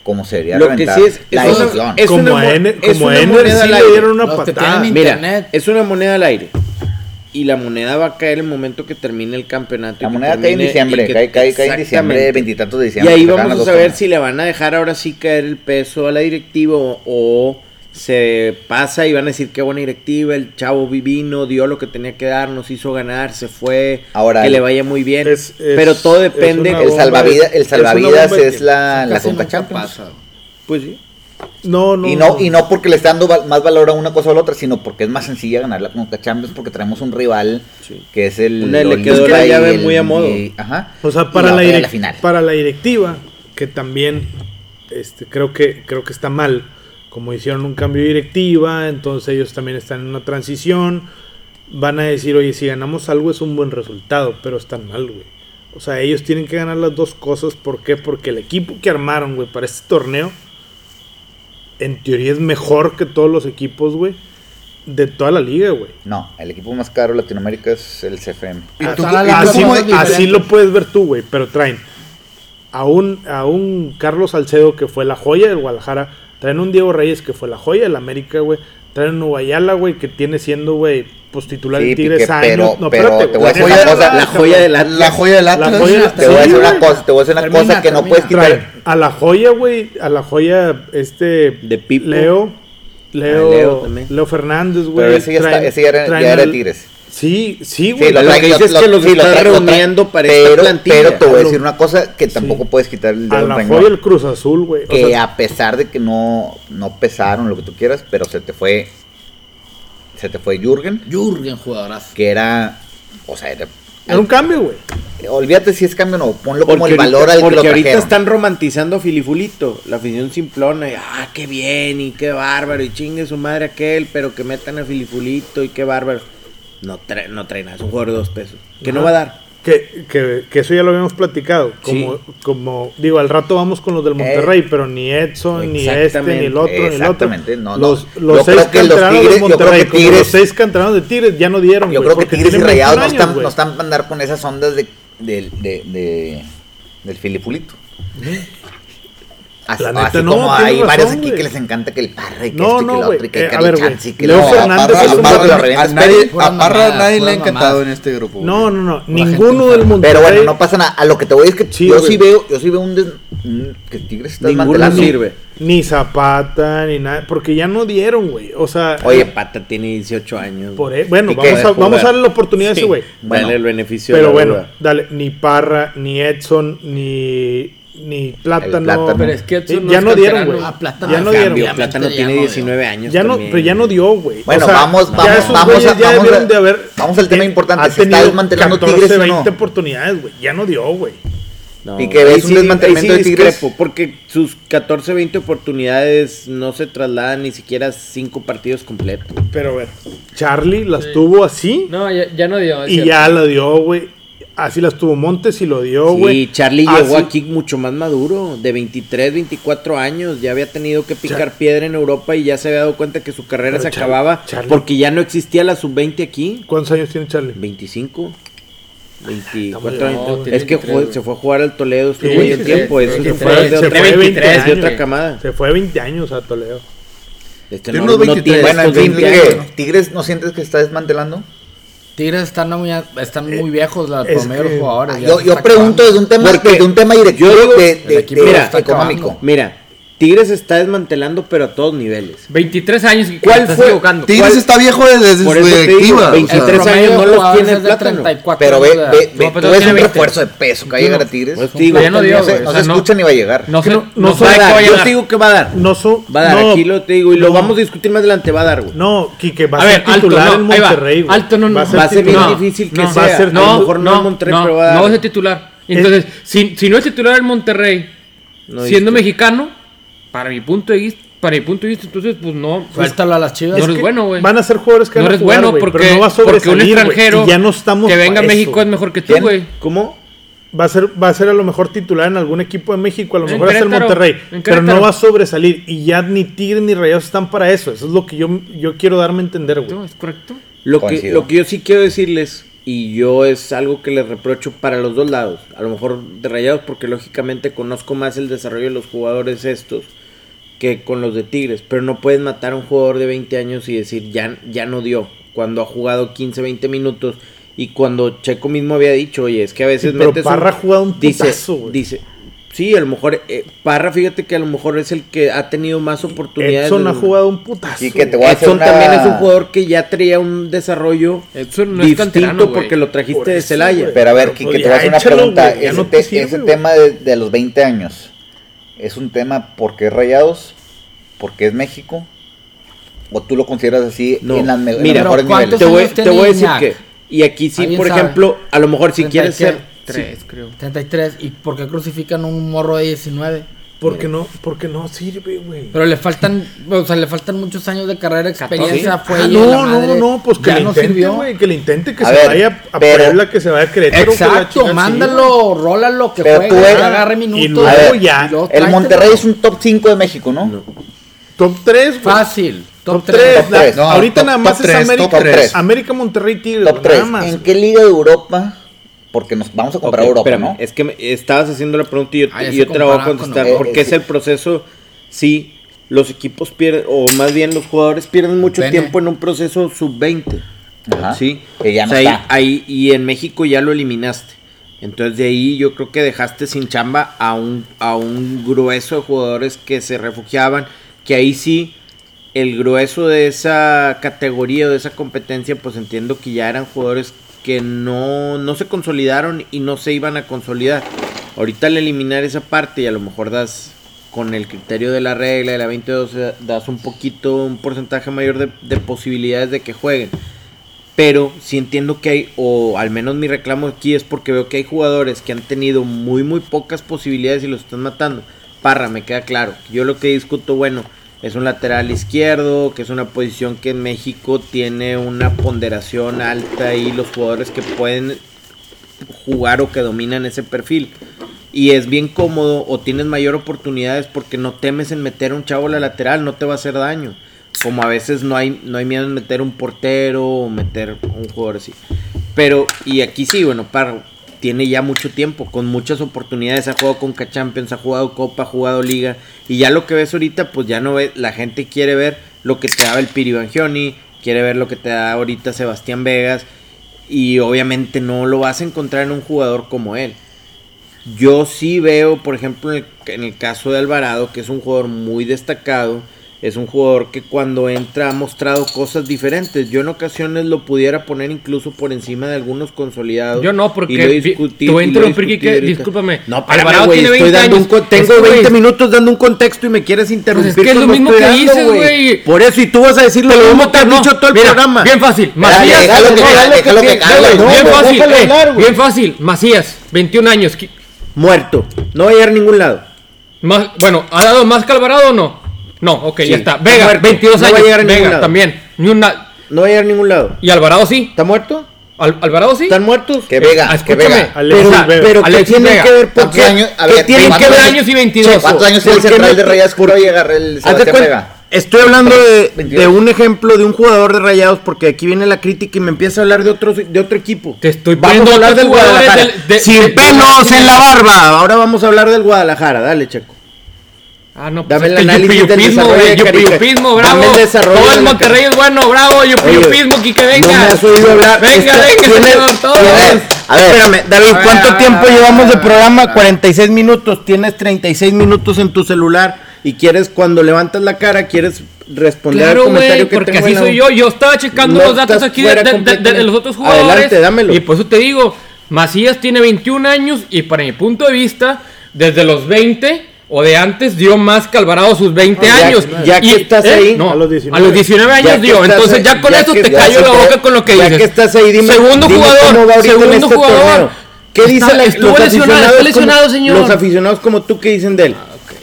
F: como sería
D: Lo que
F: reventar
D: sí es,
F: la
D: es una-
F: afición.
D: es
B: como
D: una mo-
B: a Ener,
D: es
B: como a
D: una
B: Ener
D: moneda
B: sí
D: al
B: le
D: aire.
B: dieron una
A: Los que
B: patada.
A: tienen
D: Mira,
A: Internet.
D: es una moneda al aire. Y la moneda va a caer el momento que termine el campeonato. y
F: La
D: que
F: moneda cae en
D: termine-
F: diciembre,
D: y que-
F: cae, cae, cae en diciembre,
D: Exactamente.
F: veintitantos de
D: Y
F: diciembre.
D: ahí
F: se acaban
D: vamos a
F: las dos
D: saber
F: semanas.
D: si le van a dejar ahora sí caer el peso a la directiva o, o se pasa y van a decir qué buena directiva, el chavo vi- vino, dio lo que tenía que dar, nos hizo ganar, se fue,
F: Ahora,
D: que le vaya muy bien.
B: es- es-
D: Pero todo
B: es
D: depende.
B: una
F: El
B: bomba
F: salvavidas,
B: de-
F: el
B: es una
F: salvavidas
B: bomba de
F: es
B: tiempo.
F: la, la
A: Casi
F: Conca
A: nunca
F: Champions.
A: pasa.
D: Pues sí.
B: No, no.
F: Y no, y no porque le están dando val- más valor a una cosa o a la otra, sino porque es más sencilla ganar la Conca Champions porque tenemos un rival
D: Sí.
F: que es el.
D: Una le quedó
F: Olimpia
D: la
F: y
D: llave
F: el-
D: muy a modo.
F: y- ajá.
B: O
F: Y
B: sea, para la,
F: otra de
B: direc-
F: final.
B: para la directiva, que también este, creo, que, creo que está mal, como hicieron un cambio de directiva, entonces ellos también están en una transición, van a decir, oye, si ganamos algo es un buen resultado, pero están mal, güey. O sea, ellos tienen que ganar las dos cosas, ¿por qué? Porque el equipo que armaron, güey, para este torneo, en teoría es mejor que todos los equipos, güey, de toda la liga, güey.
F: No, el equipo más caro de Latinoamérica es el CFM.
C: ¿Y
A: Ah,
C: tú,
A: está
C: y
A: la-
B: así,
C: tú
A: Así-
C: cómo-
A: Son diferentes.
B: así lo puedes ver tú, güey, pero traen a un, a un Carlos Salcedo que fue la joya del Guadalajara, traen un Diego Reyes que fue la joya del América, güey, traen un Ubayala, güey, que tiene siendo, güey, pues titular
F: Sí,
B: de Tigres
F: Piqué,
B: años.
F: pero-
B: no,
F: pero
B: espérate,
F: te
B: güey,
F: voy a decir una
B: déjame
F: cosa,
B: hablar,
D: La
B: cabrón.
D: joya del Atlas.
C: La joya del Atlas.
B: La joya del
F: Te voy a
B: Sí,
F: decir una
B: güey.
F: cosa, te voy a decir una
A: Termina,
F: cosa que no
A: termina.
F: puedes quitar.
B: Traen a la joya, güey, a la joya, este,
D: De Pipo.
B: Leo, Leo,
D: Ah, Leo
B: Leo,
D: también.
B: Fernández, güey.
F: Pero ese ya, está,
B: traen-
F: ese ya era,
B: traen
F: ya era
B: al-
F: Tigres.
B: Sí, sí,
F: Sí,
B: güey.
F: lo
D: lo
F: traen-
D: que dices
F: lo-
D: es que los
F: sí, lo
D: están
F: traen- lo traen-
D: reuniendo para esta
F: pero,
D: plantilla.
F: Pero te voy a
B: Hablo-
F: decir una cosa que tampoco
B: Sí.
F: puedes quitar el
B: a
F: dedo del
B: la
F: renglón.
B: joya el Cruz Azul, güey. O
F: que
B: sea,
F: a pesar de que no, no pesaron lo que tú quieras, pero se te fue se te fue Jürgen,
A: Jürgen, jugadorazo.
F: que era, o sea, era-
B: era un cambio, güey.
F: olvídate si es cambio o no, ponlo como el
D: ahorita-
F: valor al que
D: porque
F: lo
D: ahorita
F: trajeron.
D: están romantizando a Filifulito, la afición simplona, y, ah, qué bien, y qué bárbaro, y chingue su madre aquel, pero que metan a Filifulito, y qué bárbaro. No trae, no trae nada, es un jugador de dos pesos. Que no va a dar.
B: Que, que, que eso ya lo habíamos platicado. Como, como digo, al rato vamos con los
F: Eh,
B: del Monterrey, pero ni Edson, ni este, ni el otro, ni el otro.
F: Exactamente, no, no.
B: los
F: Yo
B: los
F: creo
B: seis
F: que los
B: canteranos
F: Tigres-
B: del
F: yo creo que
B: Monterrey, como
F: Tigres-
B: los seis canteranos de Tigres, ya no dieron.
F: Yo
B: güey,
F: creo que
B: porque
F: Tigres y
B: tienen 21
F: Rayados no,
B: años,
F: están,
B: güey.
F: no están para andar con esas ondas de, del- de- de- del filipulito. Así,
B: La neta,
F: así
B: no,
F: como
B: tiene
F: hay
B: razón,
F: varios aquí
B: güey.
F: que les encanta que el parre, que
B: No, no,
F: esto, y que lo
B: güey.
F: otro, y que
B: Eh,
F: el
B: a ver, güey.
F: calichansi, que
B: Leo
F: no, a
B: Fernández
F: Parra-
B: es
F: a
B: un
F: Parra lo
B: vato-
F: revientas,
C: A nadie,
F: pero-
A: puras
C: a Parra
A: mamadas,
C: nadie le ha
A: puras
C: encantado
A: mamadas.
C: en este grupo. güey.
B: No, no, no.
A: gente
B: Ninguno del
A: enferma.
B: Monterrey.
F: Pero bueno, no pasa nada. A lo que te voy es que
B: Sí,
F: yo
B: güey.
F: sí veo, yo sí veo un des... un- que Tigres está
D: Ninguno
F: desmantelando.
D: sirve.
B: Ni Zapata, ni nada. Porque ya no dieron, güey. O sea,
D: Oye, Pata tiene 18 años.
B: por e- bueno,
F: ¿y qué?
B: vamos a,
D: Puede
B: vamos a
D: jugar.
B: darle la oportunidad a
D: Sí,
B: ese güey.
D: Dale
F: Bueno,
D: el beneficio. de
B: Pero
D: la
B: bueno,
D: duda.
B: dale, ni Parra, ni Edson, ni, ni Plátano.
F: Plátano. Pero
E: es que Edson
B: Sí,
E: no
B: ya
E: es
B: no dieron,
E: canterano.
B: güey.
A: Ah, Plátano
B: Ya
A: es
B: no
A: cambio,
B: dieron.
A: güey.
D: Ya Plátano
A: Obviamente
D: tiene
A: ya no
D: 19 años.
B: Ya no,
D: también.
B: pero ya no dio, güey.
F: Bueno,
B: O sea,
F: vamos,
B: ya
F: vamos,
B: esos
F: vamos,
B: güeyes
F: a-
B: ya
F: vamos
B: debieron
F: a-
B: de haber.
F: vamos al tema
B: eh,
F: importante,
B: Ha
F: ¿se está
B: tenido
F: desmantelando
B: 14,
F: Tigres o no?
B: 20 oportunidades, güey. Ya no dio, güey.
D: No,
F: Y que ves
D: ahí
F: un
D: sí-
F: desmantelamiento
D: ahí sí
F: de Tigres.
D: discrepo, Porque sus 14, 20 oportunidades no se trasladan ni siquiera a 5 partidos completos.
B: Pero a ver, Charlie las tuvo así
E: No, ya, ya no dio. es
B: y
E: cierto.
B: ya la dio, güey. Así las tuvo Montes y lo dio, güey. Ah,
D: Sí, Charlie
B: Así-
D: llegó aquí mucho más maduro, de 23, 24 años. Ya había tenido que picar piedra en Europa y ya se había dado cuenta que su carrera
B: Pero
D: se
B: Char-
D: acababa
B: Charlie-
D: porque ya no existía la sub-20 aquí.
B: ¿Cuántos años tiene Charlie?
D: 25, 24
B: Está muy
D: años.
E: joven,
D: es que
E: 23,
D: jue-
E: güey.
D: se fue a jugar al Toledo, estuvo
E: Sí,
D: ahí un
E: sí,
D: tiempo.
E: sí,
D: eso
E: sí,
D: se
E: sí,
D: fue
E: sí,
D: de
E: se
D: otra-
E: fue
D: de
B: 23
D: otra
E: años, güey.
D: camada.
B: Se fue 20 años a Toledo.
D: Este,
C: Tiene unos 23.
D: tiene
F: Bueno, en
D: estos
F: fin,
D: 20
F: ¿qué?
D: años.
F: ¿Tigres no sientes que está desmantelando?
A: Tigres están muy, a- están muy viejos la,
B: Eh, es
A: por medio de
B: que-
A: los jugadores. ya
F: Yo,
A: se
F: yo
A: está acabando.
F: pregunto desde un tema,
D: Porque
F: desde un tema directivo
D: yo digo-
F: de, de-
A: el equipo
F: de-
D: ya está
F: económico.
D: Mira, Tigres está desmantelando, pero a todos niveles.
E: 23 años. que
D: ¿Cuál
E: te estás
D: fue?
E: equivocando.
C: Tigres
D: ¿Cuál?
C: está viejo desde su
D: Por eso te digo,
C: directiva. o sea,
D: 23
A: promedio
D: años no
A: de
D: los
A: jugadores
D: tiene
A: es de
D: Plátano.
A: 34
F: Pero ve,
A: años de edad.
F: ve, ve,
E: No, pero
F: tú ves
E: tiene
F: un
E: 20.
F: refuerzo de peso que va a llegar a Tigres.
D: Pues
F: No
D: te digo,
E: Ya no dio, güey,
F: se,
E: o
F: no se
E: sea, no-
F: escucha ni va a llegar.
E: No se,
B: no-
E: no,
B: no
E: sabe
B: sabe
E: qué va a
D: Yo
E: llegar.
D: te digo que va a dar.
B: No son.
D: Va a dar,
B: no,
D: aquí lo te digo y lo
B: no.
D: vamos a discutir más adelante, va a dar, güey.
B: No, Quique, va a,
E: A
B: ser
E: ver, Alto,
B: titular
E: no,
B: en
E: ahí va.
B: Monterrey, güey.
E: Alto, no, no,
D: Va a ser bien
B: titular.
D: difícil que
E: no,
D: sea.
B: Va a ser
D: a lo
E: no,
D: mejor no,
E: no,
D: en Monterrey,
E: no,
D: pero va a dar.
E: no va a ser titular. Entonces, si, si no es titular el Monterrey,
D: No es
E: siendo
D: titular.
E: mexicano, para mi punto de vista, para mi punto de vista, entonces, pues no.
A: Suéltalo a las chivas.
E: No eres bueno, güey.
B: Van a ser jugadores que
E: no
B: van a
E: eres
B: jugar,
E: bueno
B: güey,
E: porque,
B: pero no va a
E: porque un
B: sobresalir, güey,
E: extranjero
B: y ya no estamos
E: que venga a
B: pa'
E: México
B: eso.
E: es mejor que tú,
F: ¿Quién?
E: güey.
D: ¿Cómo?
B: Va a ser, va a ser a lo mejor titular en algún equipo de México, a lo
E: En
B: mejor va a ser
E: Querétaro,
B: Monterrey,
E: en
B: pero no
E: Querétaro.
B: va a sobresalir. Y ya ni Tigres ni Rayados están para eso. Eso es lo que yo, yo quiero darme a entender,
E: ¿No?
B: güey.
E: ¿Es correcto?
D: Lo que,
F: Coincido.
D: lo que yo sí quiero decirles, y yo es algo que les reprocho para los dos lados, a lo mejor de rayados, porque lógicamente conozco más el desarrollo de los jugadores estos que con los de Tigres, pero no puedes matar a un jugador de 20 años y decir ya, ya no dio, cuando ha jugado 15, 20 minutos y cuando Checo mismo había dicho, oye, es que a veces
B: Sí, pero
D: metes
B: Parra ha jugado un
D: dice,
B: putazo, güey.
D: dice, sí, a lo mejor eh, Parra, fíjate que a lo mejor es el que ha tenido más oportunidades.
B: Edson
D: de-
B: ha jugado un putazo.
F: Y que te voy a hacer
D: Edson
F: una-
D: también es un jugador que ya traía un desarrollo
E: Edson no es canterano,
D: distinto
E: güey.
D: porque lo trajiste
B: Por
D: de
B: eso,
D: Celaya.
B: güey.
F: Pero a ver,
B: Pero,
F: Kike,
B: pues,
F: te voy a
B: ya
F: hacer una
B: échalo,
F: pregunta.
B: güey, ya
F: ese
B: no
F: te-
B: te sirve,
F: ese
B: güey.
F: tema de, de los 20 años es un tema porque es rayados, porque es México, o tú lo consideras así
D: No,
F: en, las me- en
D: mira,
F: los mejores
A: pero ¿cuántos
F: niveles.
D: Te voy,
A: años tiene
D: te voy a decir
A: Iñak?
D: que. Y aquí sí,
A: ¿Alguien
D: por
A: sabe?
D: ejemplo, a lo mejor si quieres ser.
E: 3, creo.
A: 33. ¿Y por qué crucifican a un morro de 19?
B: Porque no, porque no sirve, güey.
A: Pero le faltan, o sea, le faltan muchos años de carrera, experiencia, fue
B: Ah,
A: y la
B: no, no,
A: madre.
B: no, pues que
A: ya
B: le
A: no
B: intente,
A: sirvió.
B: güey, que le intente, que
F: A
B: se
F: ver,
B: vaya a
F: pero-
B: Puebla, que se vaya a Querétaro. que la
A: Exacto,
B: chingada, sí, güey.
A: mándalo, rólalo, que
F: Pero
A: juegue,
F: tú eres-
A: que agarre
B: Y
A: minutos.
B: luego
F: A ver,
B: ya.
A: y luego
F: El
A: tráetelo.
F: Monterrey es un top 5 de México, ¿no?
B: Top 3, güey.
A: Fácil, top
B: Top 3.
A: 3.
F: Top tres.
C: No,
B: Ahorita
C: top-
B: nada más
C: top
B: es
C: tres,
B: América,
F: top tres.
B: América Monterrey Tigres,
F: Top
B: güey, nada
F: 3.
B: más.
F: ¿En qué liga de Europa? Porque nos vamos a
D: Ok,
F: comprar Europa,
D: espérame,
F: ¿no?
D: Es que me- estabas haciendo la pregunta y yo,
A: Ah, ya
D: y
A: se
D: yo te la voy a
A: comparaban con
D: contestar.
F: los-
D: porque
F: Eh,
D: es el proceso. Sí, los equipos pierden, o más bien los jugadores pierden mucho
A: Vene.
D: tiempo en un proceso sub-20.
F: Ajá.
D: Sí.
F: Que ya no
D: O sea, ahí-
F: está.
D: ahí, y en México ya lo eliminaste. Entonces de ahí yo creo que dejaste sin chamba a un, a un grueso de jugadores que se refugiaban, que ahí sí el grueso de esa categoría o de esa competencia, pues entiendo que ya eran jugadores que no, no se consolidaron y no se iban a consolidar. Ahorita al eliminar esa parte y a lo mejor das con el criterio de la regla de la 22, eh, das un poquito, un porcentaje mayor de, de posibilidades de que jueguen. Pero sí entiendo que hay, o al menos mi reclamo aquí es porque veo que hay jugadores que han tenido muy, muy pocas posibilidades y los están matando. Parra, me queda claro. Yo lo que discuto, bueno, es un lateral izquierdo, que es una posición que en México tiene una ponderación alta y los jugadores que pueden jugar o que dominan ese perfil. Y es bien cómodo o tienes mayor oportunidades porque no temes en meter a un chavo a la lateral, no te va a hacer daño. Como a veces no hay, no hay miedo en meter un portero o meter un jugador así. Pero, y aquí sí, bueno, Parro tiene ya mucho tiempo, con muchas oportunidades, ha jugado con Champions, ha jugado Copa, ha jugado Liga, y ya lo que ves ahorita, pues ya no ve, la gente quiere ver lo que te daba el Piri Bangioni, quiere ver lo que te da ahorita Sebastián Vegas, y obviamente no lo vas a encontrar en un jugador como él. Yo sí veo, por ejemplo, en el, en el caso de Alvarado, que es un jugador muy destacado, es un jugador que cuando entra ha mostrado cosas diferentes. Yo en ocasiones lo pudiera poner incluso por encima de algunos consolidados.
E: Yo no, porque
D: y lo discutí,
E: te voy a
D: y lo
E: interrumpir,
D: discutí
E: Quique,
D: ahorita.
E: discúlpame.
D: No, espérame,
E: Alvarado
D: güey,
E: tiene
D: estoy
E: 20
D: dando un
E: años.
D: con- tengo
E: Es que,
D: 20
E: güey,
D: minutos dando un contexto y me quieres interrumpir.
E: Pues es que es
D: con
E: lo mismo
D: estoy
E: que dices,
D: dando,
E: güey.
D: Por eso, y tú vas a decir lo mismo que has
E: No,
D: dicho todo el
E: mira,
D: programa.
E: Bien fácil.
F: Dale,
E: Macías,
F: déjalo que
E: no,
F: cale,
E: no,
F: déjalo que
E: bien,
F: cale,
E: güey,
F: no,
E: bien
F: güey,
E: fácil,
D: déjalo
E: eh,
D: hablar, güey.
E: bien fácil. Macías, 21 años. qui-
D: Muerto. No va a llegar a ningún lado.
E: más- bueno, ¿ha dado más que Alvarado o no? No, ok,
D: Sí,
E: ya está.
D: está
E: Vega,
D: muerto,
E: 22
D: no va a
E: años.
D: llegar a ningún
E: Vega,
D: lado.
E: también. Ni una-
D: No va a llegar a ningún lado.
E: ¿Y Alvarado sí?
D: ¿Está muerto?
E: Al- ¿Alvarado sí?
D: ¿Están muertos?
F: Que Vega,
E: Ah,
F: que
E: escúchame.
F: Vega.
B: Alexis
D: pero,
B: Vega.
D: pero ¿qué
E: Alexis
D: tienen
E: Vega.
D: que ver? ¿Por
F: ¿Cuántos
D: qué?
F: años? A
D: ¿Qué
F: ver,
D: tienen que
E: ¿cuántos
D: ver?
E: años y 22?
F: ¿Cuántos años tiene el
D: ¿Por qué
F: central
D: no-
F: de Rayas? ¿Cuándo llega el
D: Haz de
F: Sebastián
D: cuenta,
F: Vega?
D: Estoy hablando de,
F: 22.
D: de un ejemplo de un jugador de Rayados porque aquí viene la crítica y me empieza a hablar de otro, de otro equipo.
E: Te estoy
D: vamos
E: poniendo
D: a hablar
E: otros
D: del
E: jugadores
D: Guadalajara.
E: del- de-
D: Sin
E: de-
D: pelos en la barba. Ahora vamos a hablar del Guadalajara. Dale, Checo.
E: Ah, no,
D: Dame
E: es
D: el
E: que
D: análisis del
E: yupiyupismo,
D: desarrollo
E: güey,
D: de Caribe.
E: yupiyupismo, bravo.
D: Dame el desarrollo
E: Todo
D: de
E: el
D: la
E: Monterrey es bueno, bravo. Yupiyupismo, Quique, venga.
D: No me has oído hablar.
E: Venga,
D: Esta-
E: venga,
D: tiene-
E: señor, todos.
D: tiene- A ver, espérame, David,
E: A ver,
D: ¿cuánto
E: a ver,
D: tiempo
E: a ver,
D: llevamos
E: a
D: de
E: ver,
D: programa?
E: a ver.
D: 46 minutos. Tienes 36 minutos en tu celular y quieres, cuando levantas la cara, quieres responder al
E: Claro,
D: comentario
E: güey,
D: que
E: porque
D: tengo
E: así
D: en la
E: soy
D: boca.
E: yo. Yo estaba checando
D: No
E: los datos
D: estás
E: aquí de,
D: fuera
E: de- de-
D: completamente.
E: de los otros jugadores.
D: Adelante, dámelo.
E: Y por eso te digo, Macías tiene 21 años y para mi punto de vista, desde los 20 o de antes dio más que Alvarado sus 20
D: Ah, ya-
E: años.
D: ya que
E: Y-
D: estás
E: ¿eh?
D: ahí,
E: No,
B: a
E: a
B: los
E: los
B: 19.
E: 19,
D: Ya
E: años
D: que
E: dio.
D: estás
E: Entonces
D: ahí-
E: ya con
D: ya
E: eso
D: que-
E: te
D: ya
E: callo
D: que
E: la boca
D: estás-
E: con lo que
D: ya
E: dices.
D: que estás ahí, dime-
E: Segundo
D: dime cómo va
E: jugador,
D: ahorita en
E: segundo
D: este
E: jugador.
D: torneo. ¿Qué dice
E: Está-
D: la,
E: estuvo
D: los
E: lesionado,
D: aficionados
E: está lesionado,
D: como-
E: señor. Ah,
D: Los aficionados como tú, ¿qué dicen de él?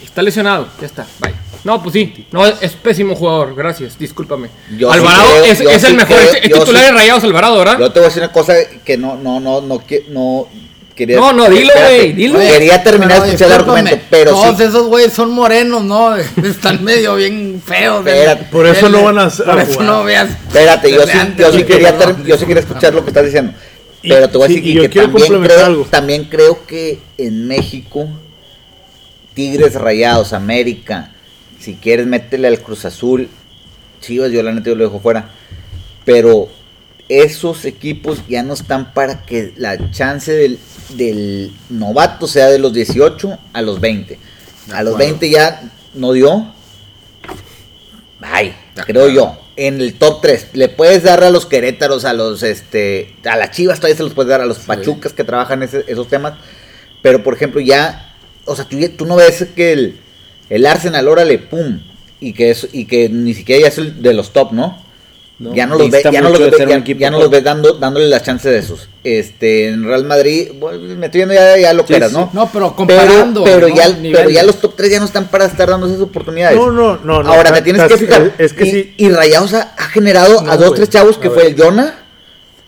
E: Está lesionado, ya está, bye. No, pues sí, no, es, es pésimo jugador, gracias, discúlpame.
F: Yo sí
E: Alvarado
F: creo,
E: es,
F: yo
E: es
F: sí
E: el mejor,
F: creo,
E: es, es
F: yo
E: titular
F: sí-
E: de Rayados Alvarado,
B: Ah.
E: ¿verdad?
F: Yo te voy a decir una cosa que no, no, no, no, que- no quería.
E: No, no, dilo,
F: Espérate.
E: güey, dilo.
F: Quería terminar de escuchar el
A: discúlpame,
F: argumento, pero
A: Todos
F: sí.
A: esos güeyes son morenos, ¿no? *laughs* Están medio bien feos. de-
F: Espérate.
B: Por eso no van a-
A: Por
B: a
A: eso
B: jugar.
A: no veas.
F: Espérate, yo sí,
A: Antes,
F: yo sí
A: güey,
F: quería,
A: pero no.
F: ter- yo sí quería escuchar lo que estás diciendo.
B: Y-
F: Pero te voy a
B: sí,
F: decir
B: y
F: que,
B: yo quiero
F: también,
B: complementar
F: creo,
B: algo.
F: también creo que en México, Tigres Rayados, América, si quieres métele al Cruz Azul, Chivas, yo la neta yo lo dejo fuera. Pero esos equipos ya no están para que la chance del, del novato sea de los 18 a los 20. A los 20 ya no dio. Bye, creo yo. En el top 3, le puedes dar a los querétaros, a los este, a las chivas todavía se los puedes dar, a los pachucas que trabajan ese- esos temas. Pero por ejemplo, ya, o sea, tú, ya- tú no ves que el, el Arsenal, órale, pum, y que, es, y que ni siquiera ya es el de los top, ¿no? ya no los ves,
D: Dista
F: ya no los
D: mucho de
F: ves,
D: ser un
F: ya,
D: equipo
F: ya no
D: top.
F: los ves dando, dándole las chances de esos. Este, en Real Madrid, bueno, me estoy yendo ya, ya lo que
D: sí.
F: ¿no?
A: No, pero comparando,
F: Pero, pero
A: ¿no?
F: ya, pero
A: Niveles.
F: ya los top 3 ya no están para estar dando esas oportunidades.
B: No, no, no, no.
F: Ahora te
B: Ta-
F: tienes
B: tas-
F: que fijar.
B: es- es que
F: y,
B: sí.
F: y Rayados ha, ha generado
B: No,
F: a dos,
B: güey.
F: tres chavos que
B: A
F: fue
B: ver.
F: el Jonah.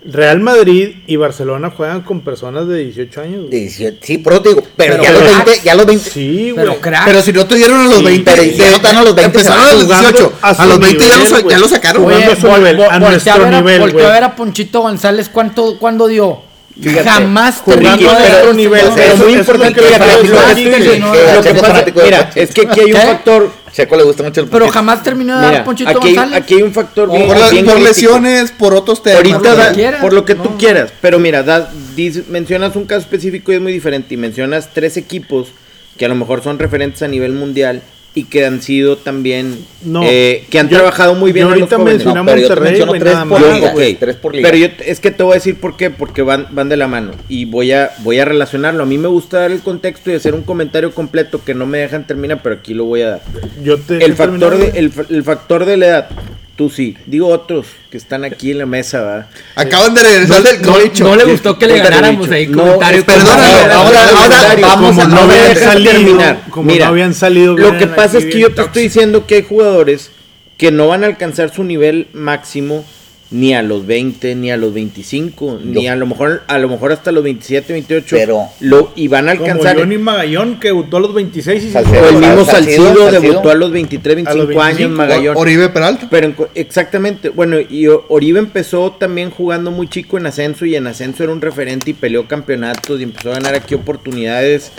B: Real Madrid y Barcelona juegan con personas de 18 años. güey.
F: de 18. Sí, por eso te digo. Pero,
A: Pero
F: ya, los
A: cracks.
F: 20, ya los 20.
B: Sí, güey.
A: Pero crack.
C: Pero si no te dieron a los
B: Sí,
C: 20,
F: pero
C: te-
F: ya no te dan a los 20,
C: empezaron a
F: se
C: los
F: van
C: 18.
B: a su
C: A los 20 ya,
B: nivel,
C: los-
B: güey.
C: ya lo sacaron.
B: Oye,
C: güey.
B: Jugando a su nivel, a
A: voltea
B: nuestro
A: a ver a-
B: nivel,
A: voltea
B: güey.
A: a ver a Ponchito González cuánto, cuándo dio.
F: Fíjate,
A: Jamás terminó
B: Ricky,
A: de
B: pero-
A: dar
B: otro
A: ese
B: nivel,
A: juego.
B: pero
F: es
B: muy
F: muy
B: importante
F: importante
B: que la
A: jamás terminó de dar-
F: lo
D: Lo
F: que
D: que pasa- mira, es que aquí hay un
A: ¿Qué?
D: factor.
F: Checo le gusta mucho el
A: Pero
F: poquito.
A: jamás terminó de
D: Mira,
A: dar Ponchito
D: aquí, hay-
A: González.
D: aquí hay un factor bien,
C: Por, la-
D: bien
C: por
D: crítico.
C: lesiones, eh, por otros temas.
A: por
D: Ahorita
A: lo
C: güey.
A: que
D: da-
A: quieras,
D: por lo que tú
A: no.
D: quieras, pero mira, da- dis- mencionas un caso específico y es muy diferente. Y mencionas tres equipos que a lo mejor son referentes a nivel mundial y que han sido también
B: No,
D: eh, que han
B: yo-
D: trabajado muy bien.
B: yo
D: a los
B: ahorita
D: jóvenes.
B: mencioné a
F: No, pero yo te
B: Monterrey,
F: menciono
B: güey,
F: tres
B: nada
F: por
B: más,
F: liga,
B: güey.
F: güey, tres por liga.
D: Pero yo te- es que te voy a decir por qué, porque van, van de la mano y voy a, voy a relacionarlo. A mí me gusta dar el contexto y hacer un comentario completo que no me dejan terminar, pero aquí lo voy a dar
B: Yo te
D: el
B: estoy
D: factor
B: terminando.
D: de, el, fa- el factor de la edad. Tú sí. Digo otros que están aquí en la mesa, ¿verdad?
C: Acaban de regresar del
E: No,
C: cobicho.
E: no le gustó que le ganáramos ahí
D: No,
E: comentarios.
C: Perdóname,
D: No,
C: ahora,
D: no,
C: ahora
D: no,
C: vamos a
B: como no
D: me
B: habían
D: dejan
B: salido,
D: terminar.
B: como
D: Mira,
B: no habían salido.
D: Lo
B: bien
D: que pasa es
B: aquí,
D: que yo
B: bien
D: te estoy
B: tóxicos.
D: diciendo que hay jugadores que no van a alcanzar su nivel máximo ni a los 20, ni a los 25, ni
F: Yo-
D: a lo mejor a lo mejor hasta los 27, 28.
F: Pero-
D: lo y van a alcanzar
B: Como Johnny Magallón que debutó a los 26 y se
F: Salcedo.
D: o el
F: Salcedo,
D: mismo
F: Salcedo,
D: Salcido,
F: Salcido.
D: debutó a los
B: A
D: 23, 25,
B: los
D: años
B: 25,
D: Magallón.
C: Oribe Peralta.
D: Pero en cu- exactamente, bueno, y O- Oribe empezó también jugando muy chico en ascenso y en ascenso era un referente y peleó campeonatos y empezó a ganar aquí oportunidades.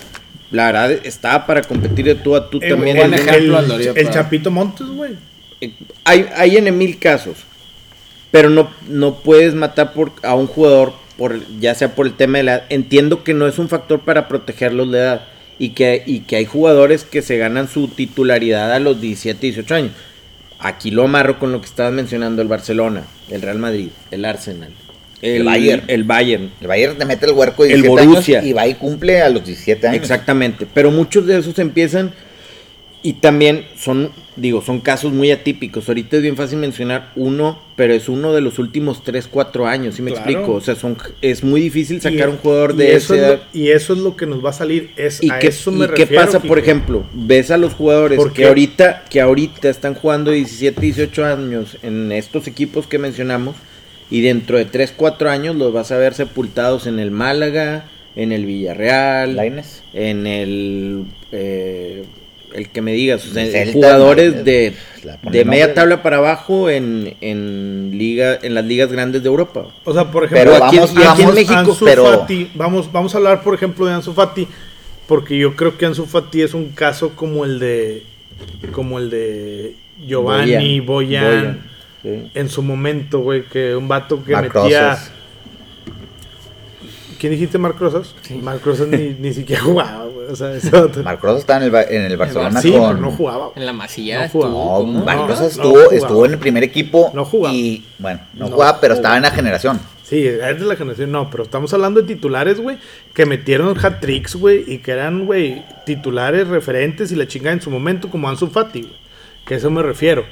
D: La verdad, estaba para competir de tú a tú
B: Eh,
D: también.
B: el,
A: buen
B: el-
A: ejemplo al Oribe
B: el
A: Peralta.
B: Chapito Montes, güey.
D: Eh, Hay, hay en mil casos, pero no, no puedes matar por, a un jugador, por, ya sea por el tema de la edad. Entiendo que no es un factor para protegerlos de edad y que, y que hay jugadores que se ganan su titularidad a los 17, 18 años. Aquí lo amarro con lo que estabas mencionando, el Barcelona, el Real Madrid, el Arsenal, el,
F: El Bayern.
D: El Bayern.
F: El Bayern te mete el huerco de
D: El
F: 17
D: Borussia.
F: años y va y cumple a los 17 años.
D: Exactamente, pero muchos de esos empiezan y también son, digo, son casos muy atípicos. Ahorita es bien fácil mencionar uno, pero es uno de los últimos 3, 4 años, si me
B: Claro.
D: explico? O sea, son, es muy difícil sacar
B: Y-
D: un jugador
B: y
D: de
B: eso
D: esa
B: es
D: edad.
B: lo- y eso es lo que nos va a salir. Es,
D: ¿Y
B: a
D: qué,
B: eso me
D: y qué
B: refiero,
D: pasa, por
B: Kike.
D: ejemplo? Ves a los jugadores
B: ¿Por
D: que
B: qué?
D: ahorita, que ahorita están jugando 17, 18 años en estos equipos que mencionamos y dentro de 3, 4 años los vas a ver sepultados en el Málaga, en el Villarreal,
F: Lainez.
D: en el eh, el que me digas, o sea,
F: Celta,
D: jugadores
F: no,
D: de,
F: la pone
D: de
F: nombre.
D: media tabla para abajo en, en liga en las ligas grandes de Europa.
B: O sea, por ejemplo,
F: Pero
D: aquí-
F: vamos,
D: y aquí en
F: vamos-
D: México,
B: Ansu
F: pero
B: Fati, vamos, vamos a hablar, por ejemplo, de Ansu Fati, porque yo creo que Ansu Fati es un caso como el de, como el de Giovanni Boyan,
D: Boyan, sí.
B: en su momento, güey, que un vato que
F: Marc
B: metía.
F: Rosas.
B: ¿Quién dijiste Marc Rosas? Marc Rosas ni, ni siquiera *laughs* jugaba, güey. O sea,
D: *laughs*
B: ese vato-
F: Marc Rosas estaba en el, Ba- en el Barcelona
B: sí,
F: con...
B: pero no jugaba.
E: En la masía
B: No
E: estuvo
F: No,
E: como-
F: Marc
B: No,
F: Rosas
B: no
F: estuvo,
B: jugaba.
F: estuvo en el primer equipo
B: No jugaba.
F: y bueno, no,
B: No
F: jugaba, pero
B: jugaba.
F: estaba en la generación.
B: Sí, es de la generación, no, pero estamos hablando de titulares, güey, que metieron hat-tricks, güey, y que eran, güey, titulares referentes y la chingada en su momento, como Ansu Fati, güey, que a eso me refiero.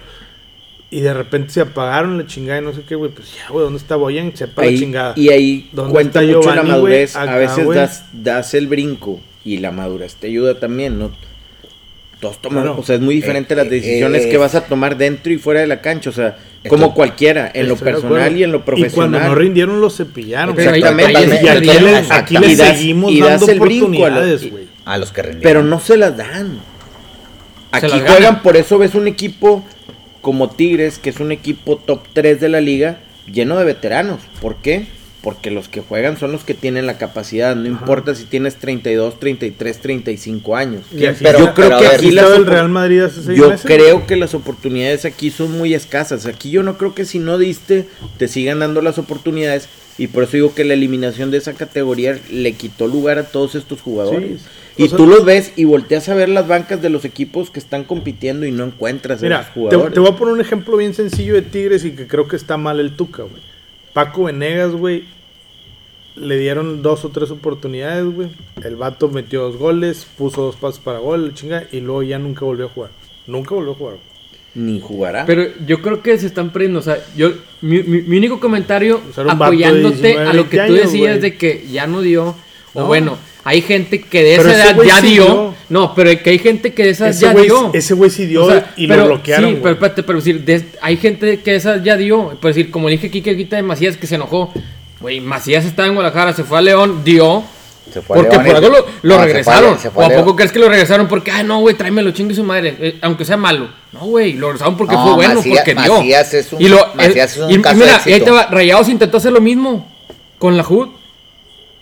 B: Y de repente se apagaron la chingada y no sé qué, güey, pues ya, güey, ¿dónde está Boyan? Sepa
D: Ahí-
B: la chingada.
D: y ahí
B: ¿Dónde
D: cuenta
B: está
D: mucho la
B: Giovanni, güey?
D: madurez.
B: Acá,
D: a veces
B: güey.
D: das, das el brinco y la madurez te ayuda también, ¿no? Todos toman,
B: Claro.
D: o sea, es muy diferente
F: Eh,
D: las
F: eh,
D: decisiones
F: eh,
D: que vas a tomar dentro y fuera de la cancha, o sea,
F: Estoy-
D: como cualquiera, en lo
B: Estoy de
D: personal
B: acuerdo.
D: y en lo
B: Y cuando no
D: profesional.
B: rindieron, los cepillaron.
E: Pero ahí-
F: Exactamente.
E: ahí es
B: Y aquí,
E: diferente.
B: les, aquí les
D: Y das-
B: seguimos
D: y das
B: dando
D: el brinco a la-
B: oportunidades, güey.
F: A los que rendían.
D: pero no se las dan. Aquí
E: las
D: juegan,
E: ganan.
D: por eso ves un equipo como Tigres, que es un equipo top 3 de la liga, lleno de veteranos. ¿Por qué? Porque los que juegan son los que tienen la capacidad, no importa si tienes 32, 33, 35 años.
B: Y así-
F: Pero-
D: yo creo
F: pero a
D: que
F: ver,
D: aquí
B: ¿sí
D: las
B: estaba el
D: opor-
B: Real Madrid hace seis
D: yo
B: meses?
D: creo que las oportunidades aquí son muy escasas. Aquí yo no creo que si no diste, te sigan dando las oportunidades. Y por eso digo que la eliminación de esa categoría le quitó lugar a todos estos jugadores.
B: Sí,
D: y
B: o sea-
D: tú los ves y volteas a ver las bancas de los equipos que están compitiendo y no encuentras a los
B: Mira, te,
D: jugadores.
B: te voy a poner un ejemplo bien sencillo de Tigres y que creo que está mal el Tuca, güey. Paco Venegas, güey, le dieron dos o tres oportunidades, güey. El vato metió dos goles, puso dos pasos para gol, la chinga, y luego ya nunca volvió a jugar. Nunca volvió a jugar. güey.
D: Ni jugará.
E: Pero yo creo que se están perdiendo. O sea, yo, mi, mi- mi único comentario
B: O sea, era un vato de
E: apoyándote
B: 19,
E: a lo
B: 20
E: que tú
B: años,
E: decías
B: güey.
E: de que ya no dio. O
B: No.
E: bueno, hay gente que de
B: Pero
E: esa
B: ese
E: edad
B: güey
E: ya
B: sí
E: dio.
B: dio.
E: No, pero que hay gente que de esa edad
B: Ese
E: ya
B: güey-
E: dio.
B: ese güey sí dio y lo bloquearon,
E: Sí,
B: güey.
E: pero espérate, pero decir, de- hay gente que de esa edad ya dio. Por decir, como le dije Kike ahorita de Macías que se enojó. Güey, Macías estaba en Guadalajara, se fue a León, dio.
F: Se fue a
E: Porque
F: León
E: por
F: y-
E: algo lo, lo
F: No, se
E: regresaron.
F: fue a- se fue
E: ¿O a
F: León.
E: poco crees que lo regresaron porque, ah, no, güey, tráemelo, chingue su madre? eh, aunque sea malo. No, güey, lo regresaron porque
F: No,
E: fue bueno,
F: Macías-
E: porque dio.
F: Macías es un-
E: y lo,
F: Macías
E: eh,
F: es un
E: y- y
F: caso de
E: mira,
F: éxito.
E: y ahí te va, Rayados intentó hacer lo mismo con la HUD.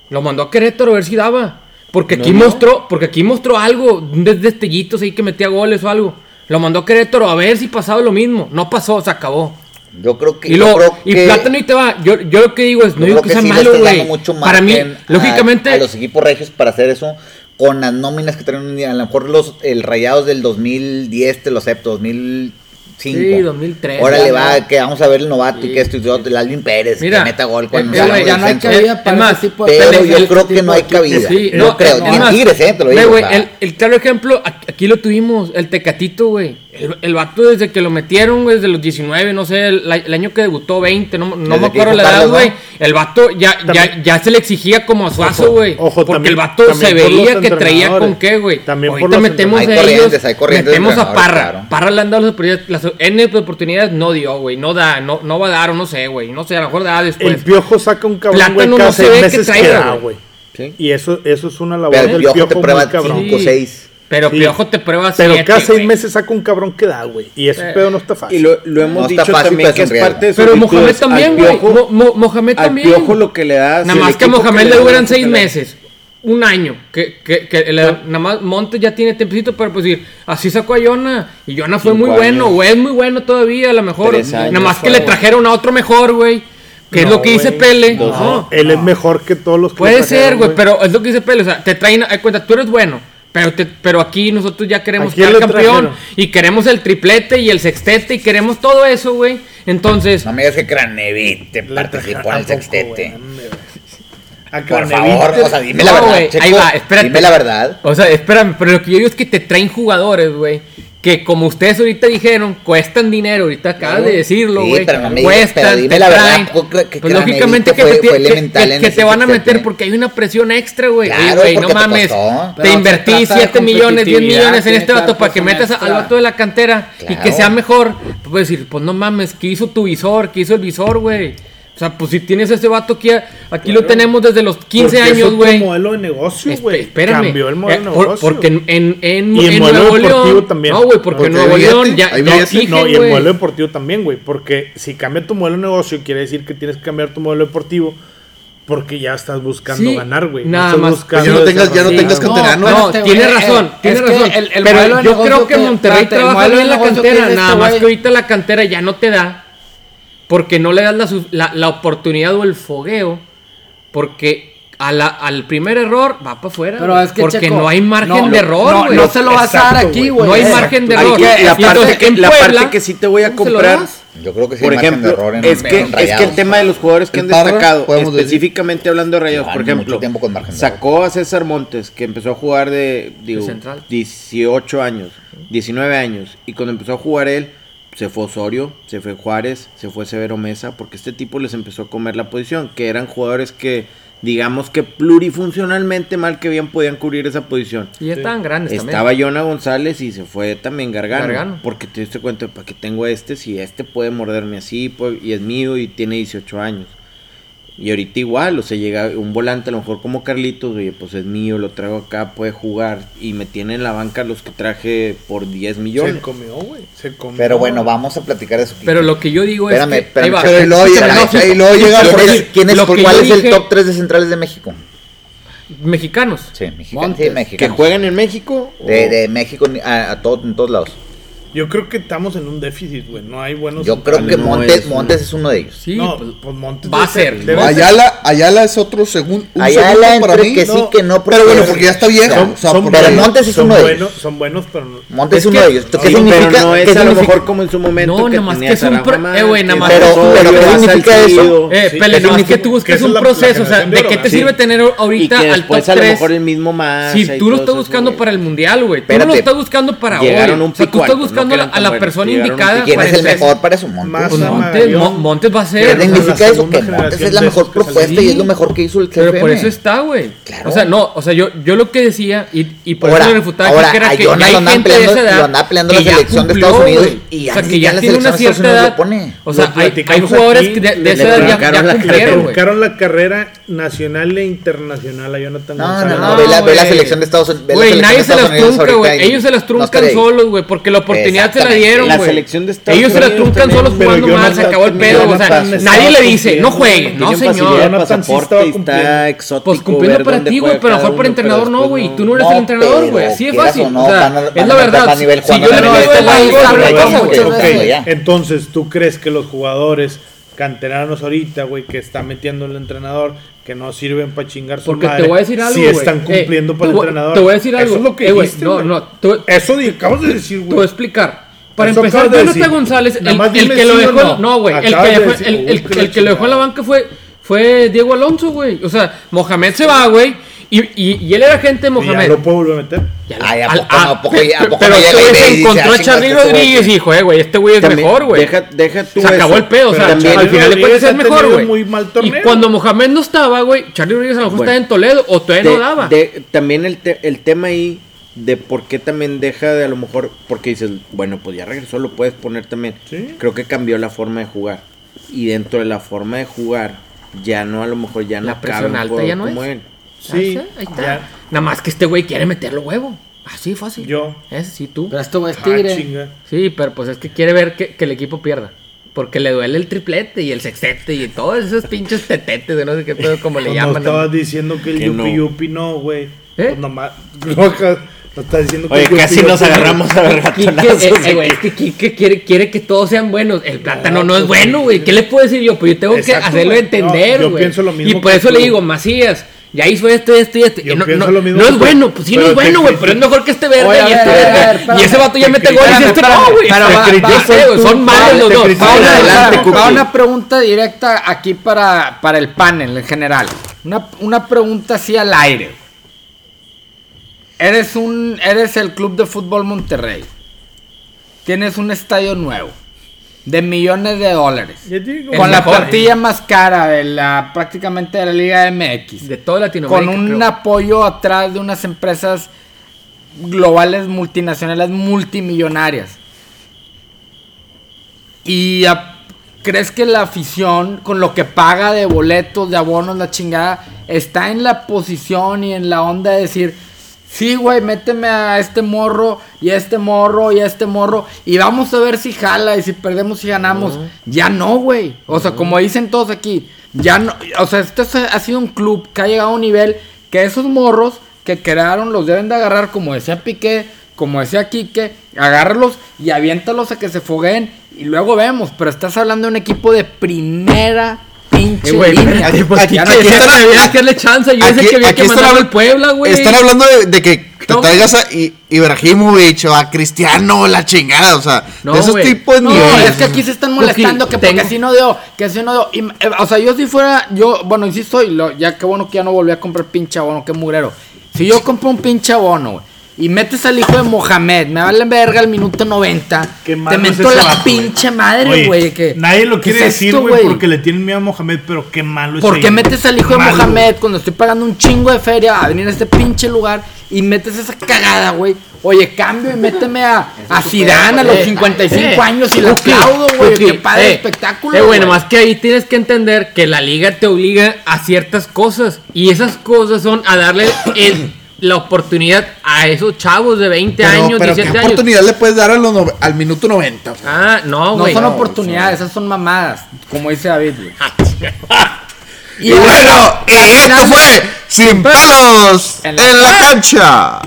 E: Lo mandó a Querétaro a ver si daba. Porque aquí mostró, porque aquí mostró algo, un des- destellitos ahí que metía goles o algo. Lo mandó a Querétaro a ver si pasaba lo mismo. No pasó, se acabó.
F: Yo creo que.
E: Y,
F: yo
E: lo,
F: creo
E: y
F: que-
E: Plátano y te va. Yo, yo lo que digo es,
F: yo
E: no digo
F: creo
E: que sea
F: sí le
E: malo,
F: estás
E: güey.
F: dando mucho
E: Para mí,
F: margen a-
E: lógicamente.
F: A, los equipos regios para hacer eso con las nóminas que traen un día. A lo mejor los el Rayados del 2010 te lo acepto, 2000. 2005.
E: Sí, 2003.
F: Órale,
E: Ya,
F: va,
E: ¿no?
F: que vamos a ver el novato y que esto y todo. El Alvin Pérez,
E: Mira,
F: que meta gol cuando
E: eh,
A: Ya,
E: Ya,
F: salga
A: güey,
E: güey,
A: ya
F: del
A: no hay
F: centro.
E: Es-
A: cabida para
E: es más,
A: ese tipo de
F: Pero yo
A: este
F: creo que
A: tipo
F: no hay
A: de-
F: cabida.
E: Sí,
F: no, creo.
E: es
F: Ni en
E: más,
F: Tigres, eh, te lo
E: ve,
F: digo.
E: güey,
F: o sea,
E: el, el claro ejemplo, aquí aquí lo tuvimos, el Tecatito, güey. El, el vato desde que lo metieron, güey, desde los 19, no sé, el, la- el año que debutó, 20, no, no
F: Desde
E: me
F: que
E: acuerdo
F: dijo
E: la edad,
F: Carlos, ¿no?
E: güey. El vato ya, ya,
B: También-
E: ya se le exigía como a Suazo, güey.
B: ojo,
E: Porque
B: también-
E: el vato
B: también
E: se
B: por los
E: veía que traía
B: entrenadores.
E: con qué, güey.
B: También por
E: Ahorita
B: los
E: metemos a
F: entrenadores. Hay
E: ellos,
F: corrientes, hay corrientes de
E: metemos a Parra.
F: entrenadores, claro.
E: Parra le han dado las oportunidades, las N oportunidades, no dio, güey. No da, no, no va a dar, o no sé, güey. No sé, a lo mejor da después.
B: El piojo saca un cabrón, güey,
E: Plátano
B: cada
E: Pues, no se
B: seis
E: ve que
B: meses
E: traiga,
B: que da,
E: güey.
B: güey.
F: Sí.
B: Y eso, eso es una labor
F: Pero el
B: del
F: piojo
B: piojo,
F: te prueba
B: muy cabrón.
F: cinco, seis.
E: Pero
B: Sí.
E: Piojo te prueba
B: Pero
E: siete,
B: cada seis
E: güey.
B: meses saca un cabrón que da, güey. Y ese
E: Eh.
B: pedo no está fácil.
D: Y lo, lo hemos
F: No está
D: dicho
F: fácil,
D: también
F: pero
D: que
F: es
D: es
F: un riesgo.
D: parte de sus
E: Pero Mohamed
D: virtudes.
E: también,
D: Al
E: güey.
D: Piojo-
E: Mo- Mo- Mohamed
D: al
E: también.
D: Piojo lo que le das.
E: Nada
D: el
E: más que a
D: equipo
E: Mohamed
D: le
E: le
D: das,
E: duran
D: lo
E: seis
D: que le das.
E: meses. Un año. Que, que, que le- nada más Montes ya tiene tiempecito para pues decir, así sacó a Yona. Y Yona fue
D: Cinco
E: muy bueno,
D: años.
E: güey. Es muy bueno todavía, a lo mejor.
D: Tres años,
E: Nada más que
D: por
E: le
D: favor.
E: trajeron a otro mejor, güey. Que es
B: No,
E: lo que dice
B: güey.
E: Pele.
D: Dos,
E: No.
B: Él es mejor que todos los que
E: Puede
B: lo trajeron,
E: ser, güey, pero es lo que dice Pele. O sea, te traen, haz cuenta, tú eres bueno. Pero, te- pero aquí nosotros ya queremos
B: ¿A quién
E: ser
B: le
E: campeón.
B: trajeron?
E: Y queremos el triplete y el sextete. Y queremos todo eso, güey. Entonces,
F: No me digas que Cranevite
B: Le trajeron
F: participó en el
B: tampoco,
F: sextete.
B: güey.
E: *laughs*
B: A
F: Por
B: Craneviter-
F: favor, o sea, dime la
E: No,
F: verdad,
E: güey,
F: Checo.
E: ahí va, espérate.
F: Dime la verdad.
E: O sea, espérame, pero lo que yo digo es que te traen jugadores, güey. Que como ustedes ahorita dijeron, cuestan dinero, ahorita acabas de decirlo,
F: Sí,
E: güey.
F: pero no me digas,
E: cuestan,
F: pero dime
E: te
F: la verdad,
E: traen.
F: ¿a poco cre- que
E: pues
F: Craneviter
E: lógicamente que,
F: fue-
E: te,
F: fue
E: que-
F: elemental
E: que-
F: en
E: que
F: ese
E: te van a
F: sextete?
E: meter porque hay una presión extra, güey.
F: Claro,
E: Oye, güey, no
F: porque te
E: mames.
F: costó.
E: Te
G: Pero
E: invertí
G: se trata de
E: 7 millones, 10
G: competitividad,
E: millones en
G: tiene
E: este
G: que
E: vato
G: dar
E: para que
G: presión
E: metas a- al
G: extra.
E: vato de la cantera y que
F: Claro.
E: sea mejor. Puedes decir, pues no mames, ¿qué hizo tu visor? ¿Qué hizo el visor, güey? O sea, pues si tienes a ese vato aquí, aquí lo tenemos desde los 15
B: Porque es
E: años,
B: otro
E: güey.
B: modelo de negocio,
E: Espe-
B: güey.
E: Espérame.
B: Cambió el modelo de
E: Eh, por-
B: negocio.
E: porque en, en, en,
B: Y el
E: en
B: modelo
E: Nuevo
B: deportivo
E: León.
B: también.
E: No, güey, porque
C: Porque
E: en Nuevo
C: hay billete,
E: León ya,
C: hay
E: ya
C: billete.
E: exigen,
B: no, y el
E: güey.
B: modelo deportivo también, güey. Porque si cambia tu modelo de negocio, quiere decir que tienes que cambiar tu modelo deportivo. Porque ya estás buscando
E: Sí,
B: ganar, güey. No
E: nada
B: estás
E: más.
B: buscando
C: Ya no tengas- ya no
B: desarrollar,
C: tengas
B: güey.
C: canterano.
E: No,
C: Espérate,
E: tiene
G: güey,
E: razón,
G: eh,
E: tiene
G: es que
E: razón.
G: el- el
E: pero
G: modelo de
E: yo
G: negocio
E: creo que
G: que-
E: Monterrey
G: espérate, el
E: trabaja
G: modelo
E: bien
G: de
E: la
G: negocio que
E: cantera,
G: es
E: nada
G: este,
E: más
G: güey.
E: que ahorita la cantera ya no te da porque no le das la, su- la, la oportunidad o el fogueo porque a la- al primer error va para afuera
G: Pero
E: güey,
G: es que,
E: porque
G: Checo,
E: no hay margen
G: no,
E: de
G: no, no,
E: error, güey.
G: no se lo vas a dar
B: Exacto,
G: aquí,
B: güey.
G: güey.
E: No hay
G: Exacto.
E: margen de
D: Aquí,
E: error.
D: la
E: Y
D: parte
E: entonces,
D: que-
E: en
D: la parte
E: Puebla,
D: que sí te voy a
E: ¿cómo se lo
D: comprar-
E: das?
F: Yo creo que sí,
D: Por
F: hay margen de
D: ejemplo,
F: error en-
D: es, que,
F: en
D: es que
F: Rayados.
D: el tema de los jugadores que han
F: El Parra,
D: destacado,
F: podemos decir.
D: específicamente hablando de Rayados,
F: Llevan
D: por ejemplo,
F: mucho tiempo con margen de error.
D: sacó a César Montes, que empezó a jugar de, digo,
E: central.
D: 18 años, 19 años, y cuando empezó a jugar él, se fue Osorio, se fue Juárez, se fue Severo Mesa, porque este tipo les empezó a comer la posición, que eran jugadores que, digamos que plurifuncionalmente mal que bien podían cubrir esa posición.
E: Y ya estaban grandes también.
D: Estaba Jonah González y se fue también Gargano.
E: Gargano.
D: Porque te diste cuenta, ¿para qué tengo a este? Si este puede morderme así pues, y es mío y tiene 18 años. Y ahorita igual, o sea, llega un volante a lo mejor como Carlitos, oye, pues es mío, lo traigo acá, puede jugar. Y me tiene en la banca los que traje por 10 millones.
B: Se comió, güey. Se comió.
F: Pero bueno, vamos a platicar de eso.
E: Pero lo que yo digo
F: Espérame,
E: es que
F: espérame.
E: ahí va.
F: Pero y luego llega,
E: Escúchame, no,
F: y luego llega
E: lo
F: por
E: que-
F: ahí, ¿quién es-
E: lo
F: por-
E: que
F: ¿Cuál
E: yo
F: es el
E: dije-
F: top 3 de centrales de México?
E: mexicanos.
F: Sí, mexicanos.
G: Montes.
D: ¿Que juegan en México?
F: De,
D: o-
F: de México ni- a, a todo- en todos lados.
B: Yo creo que estamos en un déficit, güey. No hay buenos.
F: Yo creo que
D: no
F: Montes,
D: es-
F: Montes es uno de ellos.
E: Sí,
B: No,
E: pues,
B: pues Montes
E: va a
B: debe
E: ser,
B: debe
E: ¿no?
C: Ayala, Ayala es otro segundo.
F: Ayala
C: segundo para
F: entre
C: mí.
F: que sí, que no.
C: Pero bueno, porque ya está viejo.
F: Son-
C: o sea,
B: son
C: porque-
F: pero
B: buenos,
F: Montes es
B: son
F: uno de
B: buenos, son buenos, pero no-
F: Montes
E: Es
F: es uno
E: que-
F: de ellos. ¿Tú ¿Qué
D: Sí,
F: significa?
D: pero no es
F: ¿Qué
D: a lo
F: significa-
D: mejor como en su momento.
E: No, nomás
D: tenías
E: que es un
D: a Rafa
E: pro- eh,
D: Márquez,
E: güey, nomás
D: a
E: que-
F: Pero-
D: Osorio,
F: pero ¿qué
D: a
F: significa eso?
D: Salcido.
E: Eh,
B: pues, Sí,
E: Pele,
B: eso
E: no, es
B: sí,
E: que tú
B: que
E: busques
B: eso
E: un
B: es la- la
E: proceso, o sea,
B: generación de
E: ¿de qué
B: oro,
E: te
B: sí.
E: sirve tener
D: Y
E: ahorita
D: que
E: al top
D: después a lo mejor el
E: 3?
D: mismo más.
E: Si tú lo estás buscando para el mundial, güey. Tú no lo
F: Espérate.
E: estás buscando para hoy.
D: Llegaron un
E: O sea, tú estás
D: picuato, no
E: buscando a la-
D: quedan
E: a la
D: tan
E: persona
D: buenos. Llegaron
E: indicada.
D: un
F: ¿Quién
E: para
F: es el
E: ser-
F: mejor para eso? Montes.
B: Más
E: Pues
B: a
E: Montes,
B: Magallón.
E: Mo- Montes va a
F: ¿Qué
E: ser.
B: Pero
E: güey.
B: la
F: significa eso?
B: segunda
F: Que Montes
B: generación
F: es la
B: de
F: mejor
B: estos que
F: propuesta
E: salieron.
F: y es lo mejor que hizo el
E: Pero por
F: CFM.
E: eso está, güey.
F: Claro.
E: O sea, no, o sea, yo, yo lo que decía y, y por
F: Ahora-
E: eso le refutaba
F: ahora,
E: que era
F: a
E: que
F: Jonah
E: ya hay
F: lo andan
E: gente
F: peleando-
E: de esa edad
F: lo andan peleando la
E: que ya
F: selección de
E: cumplió,
F: Estados Unidos
E: güey. o
F: y ya
E: sea,
F: ni
E: que ya
F: siquiera la
E: tiene una
F: selección de Estados
E: cierta
F: Unidos lo
E: edad. O
F: pone.
E: sea,
B: Lo
E: hay, hay
B: platicamos
E: jugadores
B: aquí,
E: que de, de
D: le
E: esa edad ya- ya,
D: truncaron la
B: Le
E: cumplieron, güey.
B: truncaron la carrera nacional e internacional a Jonathan
F: No,
B: González.
F: no, no, ve la, ve la
E: güey.
F: selección de Estados Unidos. ve la
E: Güey,
F: selección
E: nadie
F: de
E: se
F: Estados
E: las
F: Unidos
E: trunca,
F: ahorita
E: güey.
F: y
E: Ellos se las
F: no
E: truncan
F: estaría ahí.
E: solos, güey, porque la oportunidad se la
F: Exactamente.
E: dieron,
D: La
E: güey.
D: selección de Estados
E: Ellos se las
D: Unidos
E: truncan
D: también,
E: solos
B: pero
E: jugando
B: Jonathan
E: mal, se acabó el
B: también,
E: pedo, o sea,
B: Jonathan
E: nadie
B: estaba
E: le dice, no
B: cumpliendo,
E: juegue, no señor.
B: Jonathan sí estaba cumpliendo.
D: está exótico.
E: Pues cumpliendo
D: ver
E: para
D: dónde
E: ti,
D: juega
E: güey, pero a lo
D: cada
E: mejor para
D: uno, pero
E: entrenador no,
D: después
E: güey. Tú no eres
F: No,
E: el entrenador,
F: pero
E: güey. Así es
F: quieras
E: fácil.
F: o no,
E: o sea,
F: van a- van
E: es
F: a
E: la
F: meter
E: verdad.
F: más nivel
E: Si
F: jugando
E: yo le
F: en
E: digo
F: el
E: a
F: nivel.
E: Algo,
F: Pero
E: otra
F: ahí
E: cosa,
F: vamos,
E: Este güey.
F: güey.
B: Ok,
F: Eso ya.
B: Entonces, ¿tú crees que los jugadores canteranos ahorita, güey, que está metiendo el entrenador, que no sirven para chingar su
E: Porque
B: madre,
E: te voy a decir algo,
B: si
E: güey.
B: están cumpliendo
E: Eh,
B: para
E: te
B: el
E: voy-
B: entrenador?
E: Te voy a decir algo.
B: Eso es lo que
E: Eh, güey,
B: dijiste,
E: No,
B: güey.
E: no. te voy-
B: Eso di- acabas de decir,
E: Te voy a
B: güey.
E: explicar. Para
B: Eso
E: empezar,
B: acabas de
E: Jonathan
B: decir.
E: González, el,
B: Nomás
E: el
B: dime
E: que lo
B: sí o
E: dejó.
B: no.
E: No, güey. El,
B: Acabas
E: que,
B: de
E: dejó-
B: decir,
E: el-
B: uy,
E: el-
B: que la
E: el que lo dejó en la
B: chingada.
E: banca fue, fue Diego Alonso, güey. O sea, Mohamed se va, güey. Y, y- y él era gente de
B: Y ya
E: Mohamed.
B: lo puedo volver a meter.
F: Ay, ¿a
E: Al-
F: poco no?
E: ah,
F: ¿A poco ya- a
E: pe-
F: poco
E: Pero
F: no llega
E: este
F: y
E: güey
F: ve y
E: se
F: dice,
E: encontró
F: "Ah,
E: a
F: chinga,
E: Charly
F: este güey,
E: Rodríguez y
F: güey"?
E: dijo, eh, güey, este güey es
D: También-
E: mejor, güey.
D: Deja, deja tú
E: Se acabó
D: eso.
E: el pedo, o sea,
D: Pero también-
E: al final de
B: Rodríguez
E: cuentas es
B: ha
E: mejor,
B: tenido
E: güey.
B: muy mal
E: Y
B: torneo.
E: cuando Mohamed no estaba, güey, Charlie Rodríguez a lo mejor
D: Bueno.
E: estaba en Toledo o todavía
D: de-
E: no daba.
D: de- también el, te- el tema ahí de por qué también deja de a lo mejor, porque dices, bueno, pues ya regresó, lo puedes poner también.
B: Sí.
D: Creo que cambió la forma de jugar. Y dentro de la forma de jugar, ya no, a lo mejor ya no
E: La presión
D: cabe un
E: alta
D: jugador
E: ya no
D: como
E: es.
D: él.
B: Sí,
E: Ah, ahí está.
B: ya,
E: Nada más que este güey quiere meterlo huevo. Así fácil.
B: yo.
E: Ese sí, tú.
A: Pero esto es
B: Ah,
A: tigre.
B: chinga.
E: Sí, pero pues es que quiere ver que, que el equipo pierda. Porque le duele el triplete y el sextete y todos esos pinches tetetes de no sé qué pedo, como le
B: Cuando
E: llaman. ¿no?
B: estabas diciendo que el
D: Que
B: Yupi
D: no.
B: Yupi no, güey.
E: ¿Eh?
B: Pues nomás, *laughs* lo acabas- lo estás diciendo que
D: Oye,
B: el Yupi
D: casi nos
B: Yupi no.
D: agarramos a
E: Quique,
D: vergatonazos. *laughs*
E: eh, güey, es que Quique quiere, quiere que todos sean buenos. El plátano
B: pues
E: no es bueno, güey. ¿Qué le puedo decir yo? Pues yo tengo que
B: Exacto,
E: hacerlo
B: güey.
E: entender,
B: No, yo
E: güey.
B: pienso lo mismo
E: y por
B: que
E: eso
B: tú.
E: le digo, Macías, ya hizo esto, esto y esto.
B: Yo
E: Y no,
B: pienso
E: no-
B: lo mismo
E: no
B: que
E: es
B: tú.
E: bueno, pues sí, no
B: Pero
E: es
B: te
E: bueno, güey.
B: critico.
E: Pero es mejor que este verde
A: Oye, a
E: y este
A: ver, a ver,
E: verde.
A: espérame.
E: y ese vato ya
A: Te
E: mete
A: critico.
E: goles y este
A: Espérame,
E: no, güey.
A: espérame,
E: Te
A: va-
E: critico,
A: va-
E: güey, Son malos los dos.
A: Va una,
D: Adelante,
A: va
D: Cuqui.
A: una pregunta directa aquí para, para el panel en general. Una, una pregunta así al aire. Eres un eres el club de fútbol Monterrey. Tienes un estadio nuevo de millones de dólares.
B: Ya tiene como-
A: Con la
E: mejor. ¿eh?
A: plantilla más cara de la prácticamente de la Liga MX
E: De toda
A: con
E: Latinoamérica.
A: un
E: creo.
A: apoyo atrás de unas empresas globales multinacionales multimillonarias. ¿Y a- crees que la afición, con lo que paga de boletos, de abonos, la chingada, está en la posición y en la onda de decir, sí, güey, méteme a este morro y a este morro y a este morro y vamos a ver si jala y si perdemos y ganamos? Ya no, güey. O sea, como dicen todos aquí, ya no, o sea, esto es- ha sido un club que ha llegado a un nivel que esos morros que crearon los deben de agarrar, como decía Piqué, como decía Quique, agárralos y aviéntalos a que se fogueen y luego vemos, pero estás hablando de un equipo de primera pinche
E: Eh, güey,
A: línea.
E: aquí- pues,
A: Ya
E: Quique,
A: no-
C: aquí
E: siempre
C: están-
E: había que darle chance. Yo
C: Aquí-
E: decía que había
C: aquí
E: que
C: están
E: mandarlo
C: hablan-
E: al Puebla, güey.
C: Están hablando de, de que te
E: No.
C: traigas a I- Ibrahimovic o a Cristiano, la chingada, o sea,
E: No,
C: de esos
E: güey.
C: tipos de
A: No,
C: niveles.
A: es que aquí se están
E: Pues sí,
A: molestando que
E: tengo-
A: porque así no dio, que así no dio. Y, eh, o sea, yo si fuera, yo, bueno, y sí soy, lo- ya qué bueno que ya no volví a comprar pinche abono, qué mugrero. Si yo compro un pinche abono, güey, y metes al hijo de Mohamed, me valen verga al minuto 90,
B: Qué
A: te
B: malo es
A: meto
B: ese
A: la
B: vato, güey.
A: pinche madre,
B: Oye,
A: güey. que-
B: Nadie lo
A: ¿qué
B: quiere
A: es
B: decir,
A: esto,
B: güey, porque le tienen miedo a Mohamed, pero qué malo es
A: ¿Por qué
B: ahí.
A: metes al hijo de
B: Pues Malo.
A: Mohamed cuando estoy pagando un chingo de feria a venir a este pinche lugar y metes esa cagada, güey? Oye, cambio y méteme a, a Zidane a
E: Eh,
A: los 55 años y le aplaudo, güey. Qué padre espectáculo.
E: Eh,
A: güey.
E: bueno, más que ahí tienes que entender que la liga te obliga a ciertas cosas. Y esas cosas son a darle el- la oportunidad a esos chavos de 20 años,
C: pero ¿qué
E: 17 años.
C: oportunidad le puedes dar a los nove- al minuto 90? o sea?
E: Ah, no,
A: No
E: güey.
A: son oportunidades, esas son mamadas, como dice David, güey.
C: Y bueno, y esto fue Sin Pedos en la Cancha.